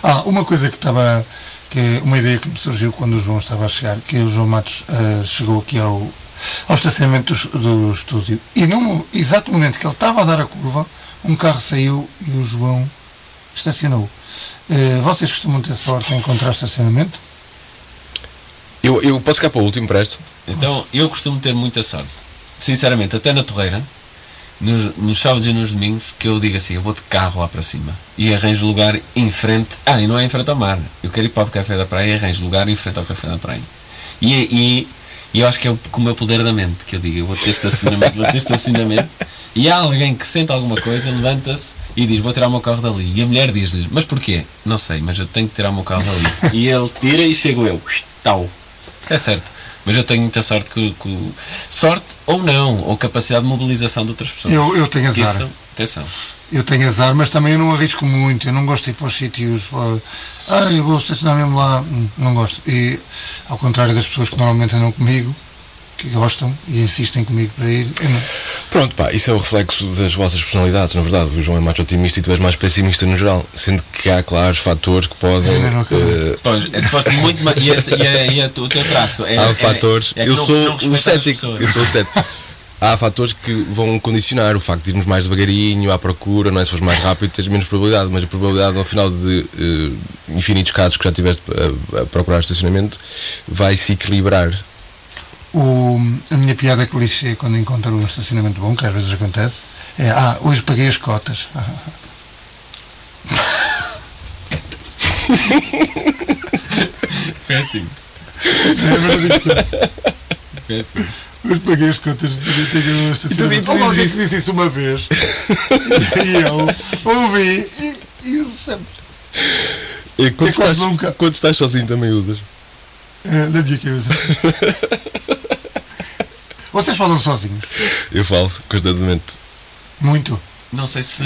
Speaker 2: Ah, uma coisa que estava. que é uma ideia que me surgiu quando o João estava a chegar, que é o João Matos ah, chegou aqui ao, ao estacionamento do, es- do estúdio e no exato momento que ele estava a dar a curva, um carro saiu e o João estacionou. Eh, vocês costumam ter sorte em encontrar estacionamento?
Speaker 4: Eu, eu posso ficar para o último, presto?
Speaker 3: Então, eu costumo ter muita sorte. Sinceramente, até na torreira, nos, nos sábados e nos domingos, que eu digo assim, eu vou de carro lá para cima e arranjo lugar em frente. Ah, e não é em frente ao mar. Eu quero ir para o café da praia e arranjo lugar em frente ao café da praia. E, e, e eu acho que é o- com o meu poder da mente que eu digo, eu vou ter estacionamento, vou ter estacionamento. E há alguém que sente alguma coisa, levanta-se e diz, vou tirar o meu carro dali. E a mulher diz-lhe, mas porquê? Não sei, mas eu tenho que tirar o meu carro dali. E ele tira e chego eu. Tal. Isso é certo. Mas eu tenho muita sorte que, que- Sorte ou não, ou capacidade de mobilização de outras pessoas.
Speaker 2: Eu, eu tenho azar.
Speaker 3: Isso, atenção.
Speaker 2: Eu tenho azar, mas também eu não arrisco muito. Eu não gosto de ir para os sítios. ah, Ah, eu vou estacionar mesmo lá. Hum, Não gosto. E ao contrário das pessoas que normalmente andam comigo, que gostam e insistem comigo para ir, eu não.
Speaker 4: Pronto, pá, isso é o reflexo das vossas personalidades, na verdade. O João é mais otimista e tu és mais pessimista no geral. Sendo que há, claro, fatores que podem.
Speaker 2: Ainda não acabou.
Speaker 4: eh,
Speaker 3: Pois, é suposto muito. ma- E, é, e, é, e é tu- o teu traço. É,
Speaker 4: há
Speaker 3: é-
Speaker 4: fatores.
Speaker 3: é que
Speaker 4: eu,
Speaker 3: não-
Speaker 4: sou
Speaker 3: não
Speaker 4: o
Speaker 3: respeitar as
Speaker 4: cético,
Speaker 3: pessoas.
Speaker 4: eu sou
Speaker 3: *laughs*
Speaker 4: o cético. Há fatores que vão condicionar o facto de irmos mais devagarinho, à procura, não é? Se fores mais rápido, tens menos probabilidade, mas a probabilidade, ao final de eh, infinitos casos que já tiveste a, a procurar estacionamento, vai se equilibrar.
Speaker 2: O, a minha piada clichê quando encontro um estacionamento bom, que às vezes acontece, é Ah, hoje paguei as cotas. Ah.
Speaker 3: Péssimo.
Speaker 4: É,
Speaker 3: Péssimo.
Speaker 2: Hoje paguei as contas de tenho um estacionamento.
Speaker 4: E tu- e tu
Speaker 2: Houve alguém
Speaker 4: dizes
Speaker 2: que disse isso uma
Speaker 4: *laughs*
Speaker 2: vez. e eu ouvi e, e eu sempre.
Speaker 4: E quando,
Speaker 2: É quase
Speaker 4: estás,
Speaker 2: nunca.
Speaker 4: quando estás sozinho também usas.
Speaker 2: eh, na minha *laughs* cabeça. Vocês falam sozinhos?
Speaker 4: Eu falo constantemente.
Speaker 2: Muito.
Speaker 3: Não sei se.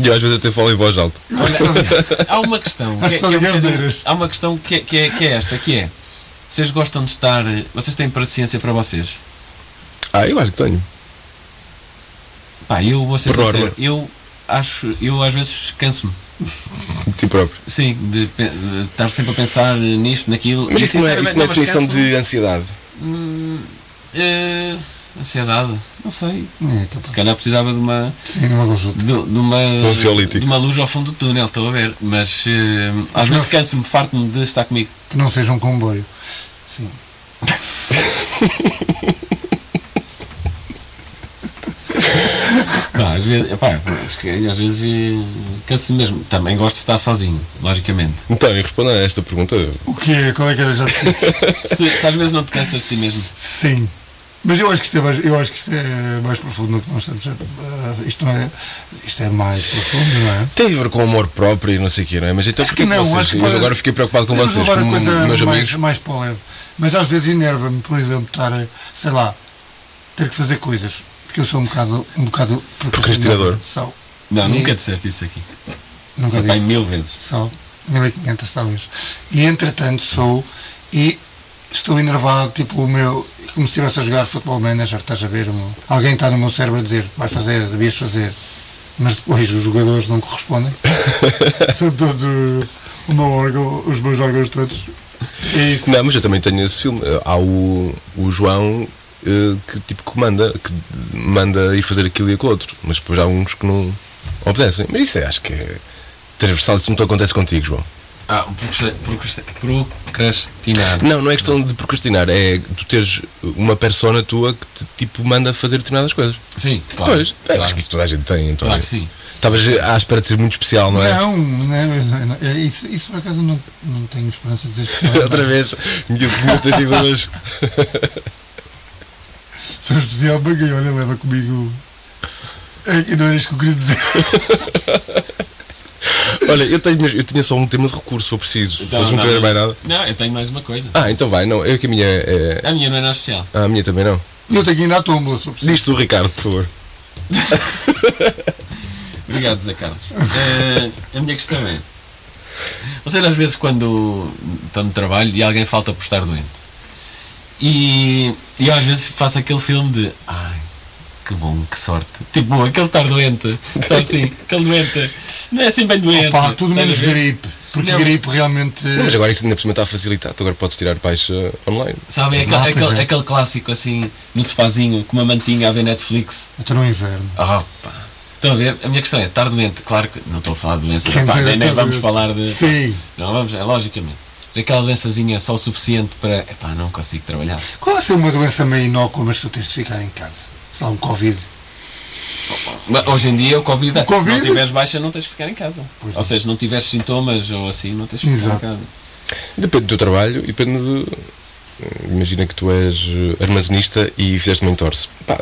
Speaker 4: E eu às vezes até falo em voz alta.
Speaker 3: Olha, há uma questão. Que é, que é um
Speaker 2: As
Speaker 3: bocadinho-
Speaker 2: sardinhas.
Speaker 3: há uma questão que é, que, é, que é esta, que é. Vocês gostam de estar. eh, Vocês têm paciência para vocês?
Speaker 4: Ah, eu acho que tenho.
Speaker 3: Pá, eu vou ser
Speaker 4: Por norma.
Speaker 3: sincero. Eu acho. Eu às vezes canso-me.
Speaker 4: De ti próprio.
Speaker 3: Sim, de, pe- de estar sempre a pensar nisto, naquilo.
Speaker 4: Mas
Speaker 3: E,
Speaker 4: isso não é, isso não é
Speaker 3: sinceramente,
Speaker 4: definição
Speaker 3: mas canso-me.
Speaker 4: de ansiedade.
Speaker 3: Eh, Ansiedade? Não sei.
Speaker 2: Não é
Speaker 3: Se
Speaker 2: capaz.
Speaker 3: calhar precisava de uma.
Speaker 2: Sim, numa consulta.
Speaker 3: de, de uma,
Speaker 4: um ansiolítico.
Speaker 3: de uma luz ao fundo do túnel, estou a ver. Mas eh, às vezes canso-me, farto-me de estar comigo.
Speaker 2: Que não seja um comboio. Sim.
Speaker 3: Pá, às vezes, epá, acho que às vezes eh, canso-me mesmo. Também gosto de estar sozinho, logicamente.
Speaker 4: Então, e respondendo a esta pergunta,
Speaker 2: O que é? Qual é que era já? *laughs*
Speaker 3: Se, se às vezes não te cansas de ti mesmo.
Speaker 2: Sim. Mas eu acho que isto é mais, eu acho que isto é mais profundo do que nós estamos. a- ah, isto, não é, isto é mais profundo, não é?
Speaker 4: tem a ver com amor próprio e não sei o quê, não é? Mas então
Speaker 2: Acho
Speaker 4: porquê
Speaker 2: que
Speaker 4: que
Speaker 2: não,
Speaker 4: vocês...
Speaker 2: acho que
Speaker 4: eu
Speaker 2: pode-
Speaker 4: agora fiquei preocupado com
Speaker 2: Podemos
Speaker 4: vocês,
Speaker 2: levar a
Speaker 4: com
Speaker 2: coisa
Speaker 4: meus
Speaker 2: mais,
Speaker 4: amigos.
Speaker 2: mais para o leve. Mas às vezes enerva-me, por exemplo, estar, a, sei lá, ter que fazer coisas. Porque eu sou um bocado. Um bocado
Speaker 4: Procrastinador.
Speaker 2: Sou.
Speaker 3: Não,
Speaker 2: E-
Speaker 3: nunca disseste isso aqui.
Speaker 2: Nunca
Speaker 3: Só pai
Speaker 2: disse.
Speaker 3: mil vezes.
Speaker 2: Sou. 1500 talvez. E entretanto sou. E estou enervado, tipo o meu. Como se estivesse a jogar futebol manager, estás a ver? o meu- alguém está no meu cérebro a dizer: vai fazer, devias fazer. Mas depois os jogadores não
Speaker 4: *laughs*
Speaker 2: correspondem. São todos. o- O meu órgão, os meus órgãos todos. É isso.
Speaker 4: Não, mas eu também tenho esse filme. Eh, Há o, o João eh, que tipo que manda, que manda ir fazer aquilo e aquilo outro. Mas depois há uns que não obedecem. Mas isso é, acho que é transversal. Isso não te acontece contigo, João.
Speaker 3: Ah, o procrasti- procrasti- procrastinar.
Speaker 4: Não, não é questão de procrastinar. É tu teres uma persona tua que te tipo manda fazer determinadas coisas.
Speaker 3: Sim, claro.
Speaker 4: pois, é,
Speaker 3: claro.
Speaker 4: acho que isso toda a gente tem, então.
Speaker 3: Claro que sim.
Speaker 4: Estavas à espera de ser muito especial, não é?
Speaker 2: Não, não, não, é isso, isso por acaso eu não, não tenho esperança de dizer
Speaker 4: *laughs*
Speaker 2: especial.
Speaker 4: Outra vez,
Speaker 2: *laughs*
Speaker 4: minha pergunta de duas.
Speaker 2: Sou especial banguei, olha, leva comigo. É que não era isto que eu queria dizer.
Speaker 4: Olha, eu, tenho, eu tinha só um tema de recurso, se for preciso.
Speaker 3: Então,
Speaker 4: Então, não, não tiver mais nada.
Speaker 3: Não, eu tenho mais uma coisa.
Speaker 4: Ah, então vai, não, é que a minha é.
Speaker 3: A minha não é nada especial.
Speaker 4: A minha também não.
Speaker 2: Eu tenho que ir na tómbola, sou preciso.
Speaker 4: Diz-te o Ricardo, por favor.
Speaker 3: Obrigado, Zé Carlos. Eh, a minha questão é: vocês às vezes, quando estão no trabalho e alguém falta por estar doente, e, e eu às vezes faço aquele filme de ai, que bom, que sorte. Tipo, aquele estar doente,
Speaker 2: *laughs*
Speaker 3: só assim, aquele doente, não é assim bem doente.
Speaker 2: Pá, tudo
Speaker 3: estás a
Speaker 2: menos
Speaker 3: ver?
Speaker 2: gripe. Porque
Speaker 3: Não.
Speaker 2: gripe realmente.
Speaker 4: Mas agora isso ainda por cima está facilitado, tu agora podes tirar baixa online.
Speaker 3: Sabem,
Speaker 2: Ah,
Speaker 3: aquele,
Speaker 2: pois
Speaker 3: aquele,
Speaker 2: é.
Speaker 3: aquele clássico assim, no sofazinho, com uma mantinha a ver Netflix.
Speaker 2: Estou no inverno.
Speaker 3: Oh, pá. Estão a ver? A minha questão é estar doente. Claro que não estou a falar de doença.
Speaker 2: Quem
Speaker 3: pá,
Speaker 2: dera
Speaker 3: nem, nem
Speaker 2: estar
Speaker 3: vamos
Speaker 2: doente.
Speaker 3: falar de.
Speaker 2: Sim.
Speaker 3: Não, vamos, é logicamente. Mas Aquela doençazinha só o suficiente para. Epá, não consigo trabalhar.
Speaker 2: Qual é ser uma doença meio inócua, mas tu tens de ficar em casa? Sei lá, um Covid.
Speaker 3: Mas hoje em dia o Covid, é, se
Speaker 2: Covid?
Speaker 3: não tiveres baixa, não tens de ficar em casa.
Speaker 2: Pois
Speaker 3: ou
Speaker 2: não.
Speaker 3: seja, se não tiveres sintomas ou assim, não tens de ficar
Speaker 2: Exato.
Speaker 3: em casa.
Speaker 4: Depende do teu trabalho e depende de. eh, Imagina que tu és eh, armazenista e fizeste uma entorse. Pá,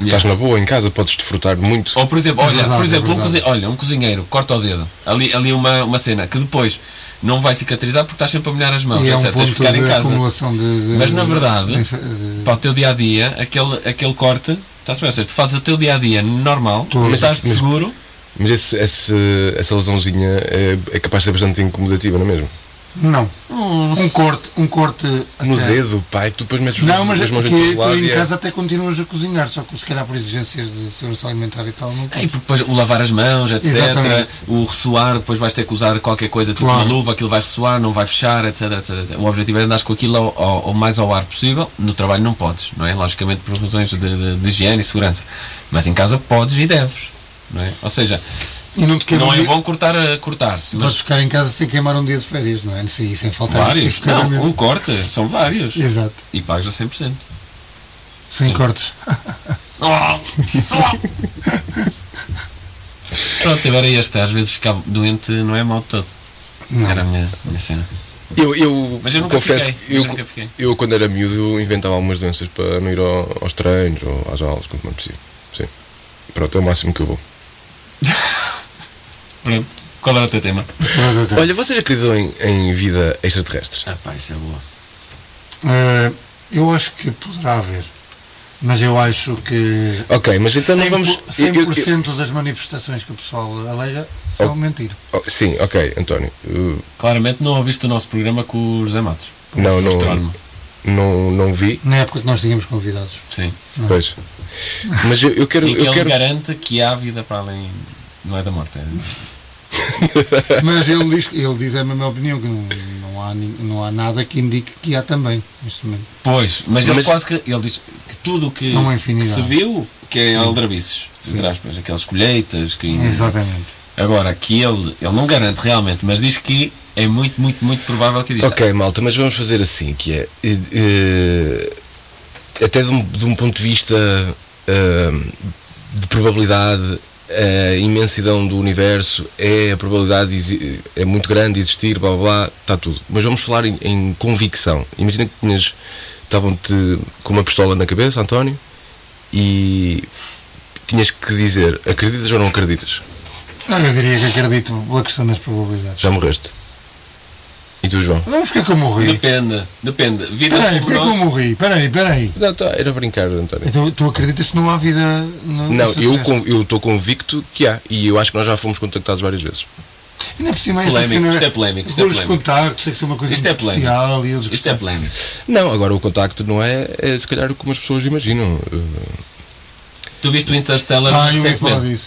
Speaker 4: estás na boa em casa, podes desfrutar muito.
Speaker 3: Ou por exemplo,
Speaker 2: É
Speaker 3: olha,
Speaker 2: verdade,
Speaker 3: por
Speaker 2: é
Speaker 3: exemplo um,
Speaker 2: verdade.
Speaker 3: cozinheiro, olha, um cozinheiro corta o dedo. Ali, ali uma, uma cena que depois não vai cicatrizar porque estás sempre a molhar as mãos.
Speaker 2: e é um
Speaker 3: etc. Tens de
Speaker 2: ponto
Speaker 3: ficar em
Speaker 2: de
Speaker 3: casa.
Speaker 2: acumulação de, de-
Speaker 3: Mas, na verdade,
Speaker 2: de infe- de-
Speaker 3: para o teu dia a dia, aquele, aquele corte, estás a ver? Ou seja, tu fazes o teu dia a dia normal,
Speaker 2: Tudo.
Speaker 3: mas estás
Speaker 4: Mas- mas-
Speaker 3: seguro.
Speaker 4: Mas esse- esse- essa lesãozinha é, é capaz de ser bastante incomodativa, não é mesmo?
Speaker 2: Não.
Speaker 3: Hum.
Speaker 2: Um corte. Um corte.
Speaker 4: No
Speaker 2: até-
Speaker 4: dedo, pá, é que tu depois metes os-
Speaker 2: Não, mas
Speaker 4: as
Speaker 2: aqui
Speaker 4: mãos em todo lado
Speaker 2: em
Speaker 4: e é-
Speaker 2: casa até continuas a cozinhar, só que se calhar por exigências de segurança alimentar e tal, não
Speaker 3: E depois o lavar as mãos, etc.
Speaker 2: Exatamente.
Speaker 3: O ressoar, depois vais ter que usar qualquer coisa, tipo
Speaker 2: Claro.
Speaker 3: uma luva, aquilo vai ressoar, não vai fechar, etc. etc, etc. O objetivo é andares com aquilo ao, ao- ao mais ao ar possível. No trabalho não podes, não é? Logicamente por razões de, de- de higiene e segurança. Mas em casa podes e deves, não é? Ou seja,
Speaker 2: E não te queimam
Speaker 3: não é
Speaker 2: vi-
Speaker 3: bom cortar a- cortar-se,
Speaker 2: Podes
Speaker 3: mas
Speaker 2: ficar em casa sem queimar um dia de férias, não é? Sim, sem faltar
Speaker 3: vários.
Speaker 2: justificadamente.
Speaker 3: Não, um corte, são vários.
Speaker 2: Exato.
Speaker 3: E pagas a 100%.
Speaker 2: Sem cortes.
Speaker 3: Pronto, *laughs* agora este. Às vezes ficar doente não é mal todo. Era a minha, minha cena.
Speaker 4: Eu, eu,
Speaker 3: Mas eu nunca
Speaker 4: confesso,
Speaker 3: fiquei, mas
Speaker 4: eu,
Speaker 3: eu nunca fiquei.
Speaker 4: eu, quando era miúdo eu inventava algumas doenças para não ir ao- aos treinos ou às aulas, quanto mais possível. Sim. Pronto, é o máximo que eu vou.
Speaker 3: Pronto. Qual era o teu tema?
Speaker 2: Mas, doutor,
Speaker 4: Olha, vocês acreditam em, em vida extraterrestre?
Speaker 3: Ah, pá, isso é boa.
Speaker 2: eh, eu acho que poderá haver, mas eu acho que
Speaker 4: Ok, mas então não
Speaker 2: 100%,
Speaker 4: vamos. eu- eu- eu-
Speaker 2: 100% das manifestações que o pessoal alega são
Speaker 4: Oh.
Speaker 2: mentira.
Speaker 4: Oh, sim, ok, António. uh,
Speaker 3: Claramente não ouviste o nosso programa com o José Matos.
Speaker 4: não, não,
Speaker 3: Astrónomo.
Speaker 4: não, não vi.
Speaker 2: Na época que nós tínhamos convidados.
Speaker 3: Sim.
Speaker 4: Pois. Mas eu, eu quero.
Speaker 3: E que
Speaker 4: Eu
Speaker 3: ele
Speaker 4: quero
Speaker 3: garante que há vida para além. Não é da morte. É...
Speaker 2: Mas ele diz, ele diz a mesma opinião, que não, não, há, nin- não há nada que indique que há também neste momento.
Speaker 3: Pois, mas, ele
Speaker 4: Mas-
Speaker 3: quase que. Ele diz que tudo o que,
Speaker 2: Não há
Speaker 3: que se
Speaker 2: infinidade.
Speaker 3: viu que é aldrabices, entre aspas, aquelas colheitas que.
Speaker 2: Exatamente.
Speaker 3: Agora, que ele. Ele não garante realmente, mas diz que é muito, muito, muito provável que exista.
Speaker 4: Ok, malta, mas vamos fazer assim, que é. eh, eh, até de um, de um ponto de vista eh, de probabilidade, a imensidão do universo é a probabilidade de exi- é muito grande de existir, blá blá blá, está tudo. Mas vamos falar em, em convicção. Imagina que tinhas. Estavam-te com uma pistola na cabeça, António, e tinhas que dizer acreditas ou não acreditas?
Speaker 2: Não, eu diria que acredito pela questão das probabilidades.
Speaker 4: Já morreste. E tu, João?
Speaker 2: Não, porque é que eu morri?
Speaker 3: Depende, depende. Vida
Speaker 2: Peraí,
Speaker 3: como
Speaker 2: porque é que eu
Speaker 3: nós.
Speaker 2: morri? Peraí, peraí.
Speaker 4: Não, tá, era brincar, António.
Speaker 2: Então tu acreditas que não há vida no
Speaker 4: Não,
Speaker 2: nessa
Speaker 4: eu
Speaker 2: terra?
Speaker 4: con- eu estou convicto que há. E eu acho que nós já fomos contactados várias vezes.
Speaker 2: Ainda por cima é
Speaker 3: Polémico, isto é polémico, isto é
Speaker 2: Os
Speaker 3: polémico.
Speaker 2: contactos, tem que ser uma coisa
Speaker 3: Isto é
Speaker 2: muito
Speaker 3: polémico.
Speaker 2: especial e eles
Speaker 3: Isto é
Speaker 2: gostam.
Speaker 3: polémico.
Speaker 4: Não, agora o contacto não é, é se calhar o como as pessoas
Speaker 2: *laughs*
Speaker 4: imaginam. Uh,
Speaker 3: Tu viste o Interstellar
Speaker 2: Ah, eu ia falar
Speaker 3: recentemente?
Speaker 2: disso.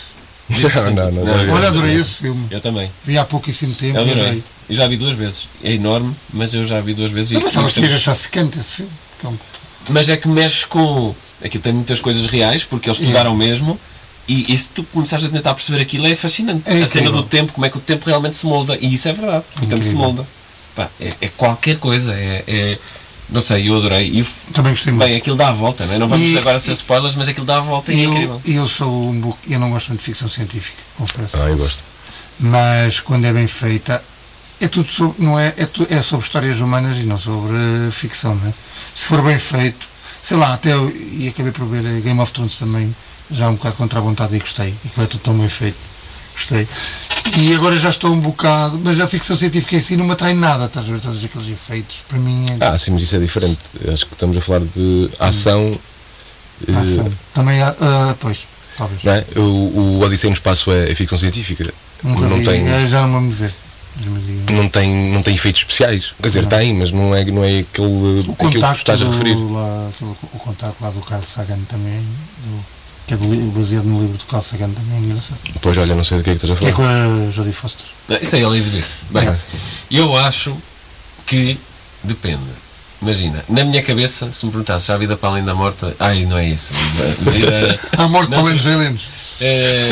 Speaker 3: Viste
Speaker 4: Não,
Speaker 3: recentemente?
Speaker 4: não, não, não.
Speaker 3: eu-
Speaker 2: Olha, adorei esse filme.
Speaker 3: Eu também.
Speaker 2: Vi há pouquíssimo tempo.
Speaker 3: Eu
Speaker 2: e
Speaker 3: adorei. Eu já vi duas vezes. É enorme, mas eu já vi duas vezes. e
Speaker 2: Eu pensava que
Speaker 3: gostei
Speaker 2: ias achar secante esse filme. porque é um-
Speaker 3: Mas é que mexe com. Aquilo tem muitas coisas reais, porque eles
Speaker 2: É.
Speaker 3: estudaram mesmo. E, e se tu começares a tentar perceber aquilo, é fascinante.
Speaker 2: É
Speaker 3: a cena
Speaker 2: incrível.
Speaker 3: do tempo, como é que o tempo realmente se molda. E isso é verdade. O tempo se
Speaker 2: Incrível.
Speaker 3: molda. Pá, é, é qualquer coisa. É, é- Não sei, eu adorei. E o f-
Speaker 2: Também gostei muito.
Speaker 3: Bem, aquilo dá a volta, não é? Não vamos
Speaker 2: E-
Speaker 3: agora ser spoilers, mas aquilo dá a volta e é incrível.
Speaker 2: Eu, eu sou um bo- eu não gosto muito de ficção científica, confesso.
Speaker 4: ah, eu gosto.
Speaker 2: Mas quando é bem feita, é tudo sobre, não é, é, tu- é sobre histórias humanas e não sobre eh, ficção, não é? Se for bem feito, sei lá, até eu, e acabei por ver eh, Game of Thrones também, já um bocado contra a vontade e gostei. Aquilo é tudo tão bem feito. Gostei. E agora já estou um bocado, mas a ficção científica em si não me atrai nada, estás a ver todos aqueles efeitos, para mim é
Speaker 4: Ah, sim, mas isso é diferente. Eu Acho que estamos a falar de ação. uh,
Speaker 2: ação. Também há, ah, pois, talvez.
Speaker 4: Não é? o, o Odisseia no Espaço é, é ficção científica.
Speaker 2: Nunca
Speaker 4: não,
Speaker 2: vi,
Speaker 4: tem,
Speaker 2: eh, já não me lembro de ver. Desmedi-
Speaker 4: não, tem, não tem efeitos especiais. Quer dizer, tem, mas não é, não é aquele,
Speaker 2: O
Speaker 4: aquilo que tu
Speaker 2: contacto
Speaker 4: estás a
Speaker 2: do-
Speaker 4: referir.
Speaker 2: lá, aquele- o contacto lá do Carl Sagan também, do- que é do li- baseado no livro do Carl Sagan também, é engraçado.
Speaker 4: Pois olha, não sei do que é que estás a
Speaker 2: Que é
Speaker 4: falar.
Speaker 2: com a Jodie *laughs* Foster.
Speaker 3: Não, Isso é ele a exibir-se. Bem,
Speaker 2: É.
Speaker 3: eu acho que depende. Imagina, na minha cabeça, se me perguntasse já a vida para além da morte. Ai, não é isso. Vida-
Speaker 2: A morte
Speaker 3: Não,
Speaker 2: para além dos aliens.
Speaker 3: eh,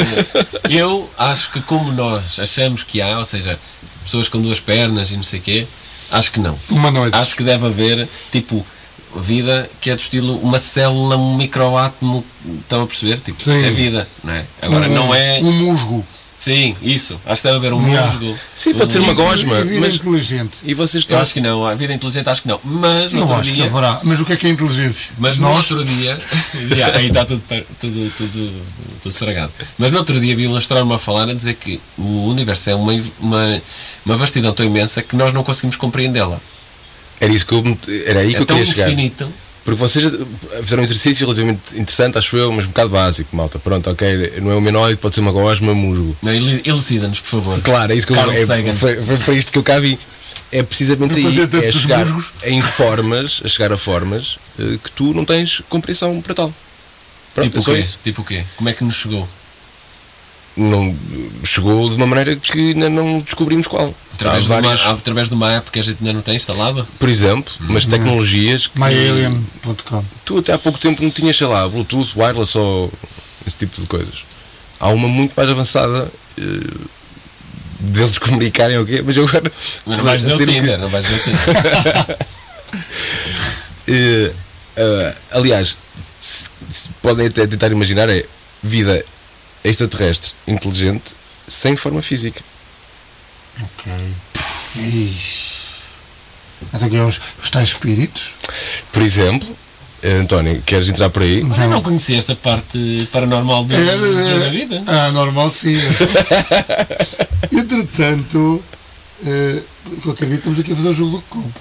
Speaker 3: eu acho que, como nós achamos que há, ou seja, pessoas com duas pernas e não sei o quê, acho que não.
Speaker 2: Humanoides.
Speaker 3: Acho que deve haver, tipo, vida que é do estilo uma célula, um microátomo. Estão a perceber? Tipo, isso é
Speaker 2: Sim.
Speaker 3: vida, não é? Agora,
Speaker 2: um,
Speaker 3: não é.
Speaker 2: Um musgo.
Speaker 3: Sim, isso. Acho que deve haver um
Speaker 2: Yeah.
Speaker 3: musgo.
Speaker 4: Sim, pode
Speaker 3: um-
Speaker 4: ser uma gosma.
Speaker 2: É vida
Speaker 4: mas-
Speaker 2: inteligente.
Speaker 4: E vocês
Speaker 3: Eu
Speaker 4: estão.
Speaker 3: acho que não, a vida inteligente acho que não. Mas no
Speaker 2: Eu
Speaker 3: outro
Speaker 2: acho que
Speaker 3: dia.
Speaker 2: haverá. Mas o que é que é inteligência?
Speaker 3: Mas no
Speaker 2: nós.
Speaker 3: outro dia. *laughs* Yeah, aí está tudo, per- tudo, tudo, tudo estragado. Mas no outro dia vi um astrónomo a falar a dizer que o universo é uma, uma, uma vastidão tão imensa que nós não conseguimos compreendê-la.
Speaker 4: Era, isso que eu, me- era aí que
Speaker 3: é
Speaker 4: eu
Speaker 2: Então,
Speaker 3: tão
Speaker 4: queria chegar.
Speaker 3: infinito.
Speaker 4: Porque vocês fizeram um exercício relativamente interessante, acho eu, mas um bocado básico, malta. Pronto, ok, não é um minóide, pode ser uma gosma, musgo.
Speaker 3: Não, elu- Elucida-nos, por favor.
Speaker 4: Claro, é isso que eu
Speaker 3: Carl
Speaker 4: é-
Speaker 3: Sagan.
Speaker 4: foi, foi para isto que eu cá vi. É precisamente aí,
Speaker 2: Representante
Speaker 4: é
Speaker 2: dos
Speaker 4: chegar
Speaker 2: musgos.
Speaker 4: em formas, a chegar a formas eh, que tu não tens compreensão para tal. Pronto,
Speaker 3: Tipo
Speaker 4: é
Speaker 3: o
Speaker 4: só
Speaker 3: quê?
Speaker 4: isso.
Speaker 3: Tipo o quê? Como é que nos chegou?
Speaker 4: Não, chegou de uma maneira que ainda não descobrimos qual. Há
Speaker 3: Através,
Speaker 4: várias,
Speaker 3: de uma, através de uma app que a Uhum. gente ainda não tem instalada?
Speaker 4: por exemplo, mas tecnologias que
Speaker 2: MyAlien.com.
Speaker 4: Tu até há pouco tempo não tinhas, sei lá, Bluetooth, wireless ou esse tipo de coisas. Há uma muito mais avançada eh, deles comunicarem o quê, mas eu agora.
Speaker 3: Mas não vais dizer o
Speaker 4: Sendo assim que,
Speaker 3: Tinder, não vais dizer o Tinder.
Speaker 4: *laughs* eh, eh, aliás, se- se podem até tentar imaginar é vida extraterrestre inteligente sem forma física.
Speaker 2: Ok. Ixi. Então que é os, os tais espíritos?
Speaker 4: Por exemplo, eh, António, queres entrar por aí?
Speaker 3: Mas eu não conhecia esta parte paranormal do, do jogo da
Speaker 4: *laughs*
Speaker 3: vida.
Speaker 2: É, Ah, normal
Speaker 3: *laughs*
Speaker 2: sim. Entretanto, eh, qualquer dia estamos aqui a fazer o jogo do copo.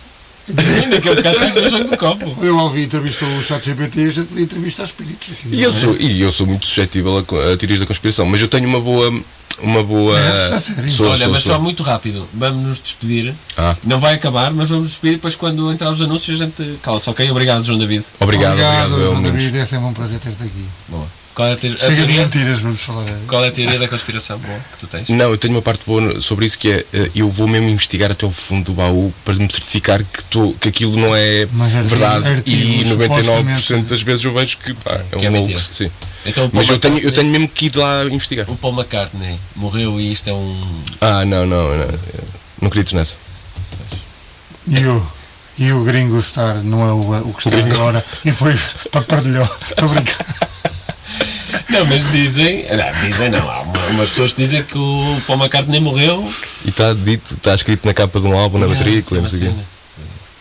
Speaker 3: Ainda que é um bocado como o jogo do copo.
Speaker 2: Olha, eu ouvi entrevistou o chat GPT e a gente podia entrevistar espíritos aqui.
Speaker 4: E eu sou, e eu sou muito suscetível a, co- a teorias da conspiração, mas eu tenho uma boa. Uma boa.
Speaker 2: É, a sério?
Speaker 4: sou,
Speaker 3: Olha,
Speaker 4: sou,
Speaker 3: mas
Speaker 4: sou.
Speaker 3: só muito rápido. Vamos nos despedir.
Speaker 4: Ah.
Speaker 3: Não vai acabar, mas vamos nos despedir. Depois, quando entrar os anúncios, a gente cala-se, ok? Obrigado, João David.
Speaker 4: Obrigado, obrigado, eu,
Speaker 2: João
Speaker 4: meninos.
Speaker 2: David, é sempre um prazer ter-te aqui.
Speaker 3: Boa. Qual é a, te- a
Speaker 2: Chega de
Speaker 3: teoria,
Speaker 2: mentiras, vamos falar. é?
Speaker 3: qual é a teoria da conspiração boa que tu tens?
Speaker 4: Não, eu tenho uma parte boa no- sobre isso que é eh, eu vou mesmo investigar até o fundo do baú para me certificar que, tô- que aquilo não é
Speaker 2: Mas artigos-
Speaker 4: verdade
Speaker 2: artigos,
Speaker 4: e 99%
Speaker 2: supostamente.
Speaker 4: das vezes eu vejo que pá, é um
Speaker 3: Que é
Speaker 4: hoax,
Speaker 3: mentira.
Speaker 4: sim.
Speaker 3: Então, o Paul
Speaker 4: Mas eu tenho, eu
Speaker 3: McCartney-
Speaker 4: tenho mesmo que ir lá investigar.
Speaker 3: O Paul McCartney morreu e isto é um.
Speaker 4: Ah, não, não, não. eu Não acredito nessa.
Speaker 2: E o, e o gringo estar, não é o, o que está agora, e foi *laughs* para Pardilhó. Estou a brincar.
Speaker 3: Não, mas dizem. Não, dizem não. Há uma- umas pessoas que dizem que o Paul McCartney morreu.
Speaker 4: E está dito, está escrito na capa de um álbum, na matrícula, não
Speaker 3: Sim,
Speaker 4: sei o quê.
Speaker 3: sim.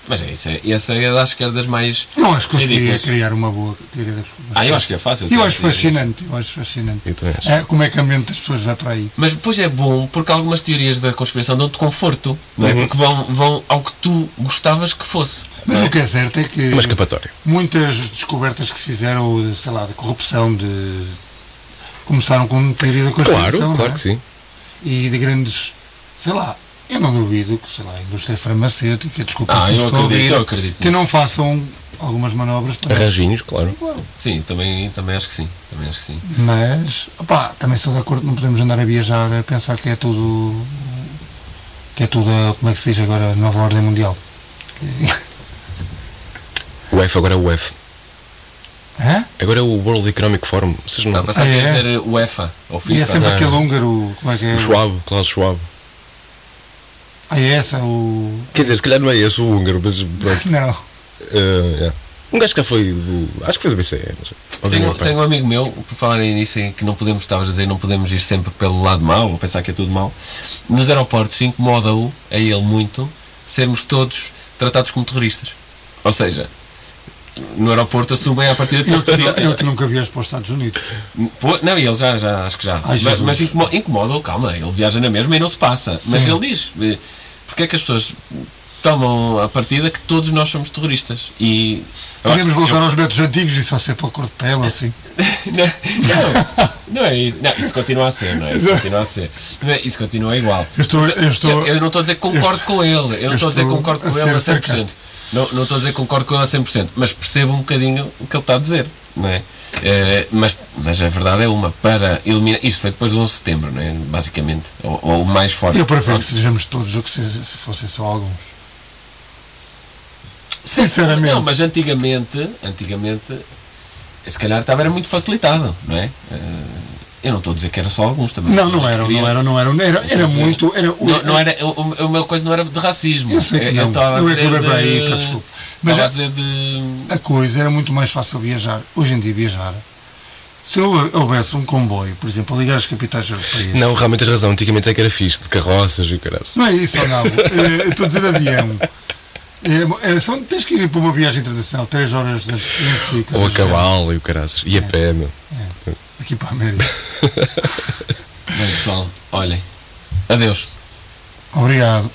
Speaker 3: Mas é isso. é- Essa é, acho que é das mais.
Speaker 2: Não acho que conseguia
Speaker 3: ridículas.
Speaker 2: criar uma boa teoria das coisas.
Speaker 3: Ah, eu acho que é fácil.
Speaker 2: Eu acho fascinante, eu acho fascinante.
Speaker 4: Eu também acho.
Speaker 2: É, como é que a mente das pessoas vai para aí?
Speaker 3: Mas depois é bom porque algumas teorias da conspiração dão-te conforto, não
Speaker 2: Uhum.
Speaker 3: é? Porque vão, vão ao que tu gostavas que fosse.
Speaker 2: Mas o que é certo é que
Speaker 4: Uma escapatória.
Speaker 2: muitas descobertas que se fizeram, sei lá, de corrupção, de. começaram com teoria da
Speaker 4: Claro,
Speaker 2: conspiração. não é?
Speaker 4: claro que sim.
Speaker 2: E de grandes. sei lá, eu não duvido que, sei lá, a indústria farmacêutica, desculpa,
Speaker 3: Ah,
Speaker 2: se me
Speaker 3: eu
Speaker 2: estou a
Speaker 3: acredito,
Speaker 2: ouvir,
Speaker 3: eu acredito
Speaker 2: que
Speaker 3: nisso.
Speaker 2: não façam algumas manobras para.
Speaker 4: Arranjinhos, claro.
Speaker 3: Sim, também, também acho que sim. Também acho que sim.
Speaker 2: Uhum. Mas, opá, também estou de acordo, não podemos andar a viajar a pensar que é tudo. que é tudo, a- como é que se diz agora, a nova ordem mundial.
Speaker 4: O F agora é o F.
Speaker 2: Hã?
Speaker 4: Agora é o World Economic Forum. Vocês
Speaker 3: Não,
Speaker 4: não.
Speaker 3: passar a
Speaker 2: Ah, é?
Speaker 3: dizer UEFA ou
Speaker 2: E é
Speaker 3: FIFA.
Speaker 2: sempre
Speaker 4: não.
Speaker 2: aquele húngaro, como é que é?
Speaker 4: O Schwab, Klaus Schwab.
Speaker 2: Ah, é essa, o.
Speaker 4: Quer dizer, se calhar não é esse o húngaro, mas pronto.
Speaker 2: *laughs* Não.
Speaker 4: Eh, yeah. Um gajo que já foi do. Acho que foi do BCE, não sei. Ou da União
Speaker 3: Tenho,
Speaker 4: Europeia.
Speaker 3: tenho um amigo meu, por falarem nisso, em que não podemos, estavas a dizer, não podemos ir sempre pelo lado mau, ou pensar que é tudo mau. Nos aeroportos incomoda-o, a ele muito, sermos todos tratados como terroristas. Ou seja, no aeroporto assumem a partir de
Speaker 2: Eu
Speaker 3: todos
Speaker 2: que, *laughs*
Speaker 3: terroristas.
Speaker 2: eu que nunca viajo para os Estados Unidos.
Speaker 3: Pô, Não, ele já, já acho que já.
Speaker 2: Ai,
Speaker 3: mas
Speaker 2: Jesus.
Speaker 3: mas incomo- incomoda-o, calma, ele viaja na mesma e não se passa. Mas ele diz: eh, porque é que as pessoas tomam a partida que todos nós somos terroristas? E.
Speaker 2: Podemos
Speaker 3: Eu-
Speaker 2: voltar
Speaker 3: *laughs*
Speaker 2: aos métodos antigos e só ser pela cor de pele, assim.
Speaker 3: Não, não, não, é isso. não, isso continua a ser, não é? Isso
Speaker 2: Exato.
Speaker 3: continua a ser. Não é? Isso continua igual.
Speaker 2: Eu estou. Eu estou
Speaker 3: Eu, eu não estou a dizer que concordo
Speaker 2: eu-
Speaker 3: com ele, eu não
Speaker 2: eu
Speaker 3: estou a dizer que
Speaker 2: estou
Speaker 3: concordo
Speaker 2: a
Speaker 3: com ele a
Speaker 2: ser
Speaker 3: 100%. Não, não estou a dizer que concordo com ele a 100%, mas percebo um bocadinho o que ele está a dizer, não é? Eh, mas, mas a verdade é uma, para eliminar. Isto foi depois do 11 de setembro, não é? Basicamente, ou, ou o mais forte.
Speaker 2: eu prefiro que sejamos todos do que se, se fossem só alguns.
Speaker 3: Sim,
Speaker 2: Sinceramente.
Speaker 3: Não, mas antigamente, antigamente, se calhar estava era muito facilitado, não é? Eh, eu não estou a dizer que era só alguns também.
Speaker 2: Não,
Speaker 3: estou a
Speaker 2: não
Speaker 3: dizer
Speaker 2: eram,
Speaker 3: que
Speaker 2: não
Speaker 3: queria-
Speaker 2: eram, não eram. Era, era
Speaker 3: Quer
Speaker 2: muito. Era,
Speaker 3: não, não era, o- o- a minha coisa não era de racismo.
Speaker 2: Eu sei que não.
Speaker 3: estava a
Speaker 2: Eu é que
Speaker 3: dizer
Speaker 2: lembrei aí,
Speaker 3: de-
Speaker 2: peço desculpa. Mas
Speaker 3: estava
Speaker 2: já-
Speaker 3: a dizer de.
Speaker 2: a coisa era muito mais fácil viajar. Hoje em dia, viajar. Se eu houvesse um comboio, por exemplo, a ligar as capitais europeias.
Speaker 4: Não, realmente tens razão. Antigamente é que era fixe, de carroças e o caralho.
Speaker 2: Não é isso, Ronaldo.
Speaker 3: *laughs*
Speaker 2: Eh, eu Estou a dizer de avião. É, é, só tens que ir para uma viagem internacional, 3 horas de antecedência e
Speaker 4: Ou a
Speaker 2: coisas do género.
Speaker 4: cavalo e o caralho. E a pé, meu.
Speaker 2: Aqui para a América.
Speaker 3: Bem, pessoal, olhem. Adeus.
Speaker 2: Obrigado.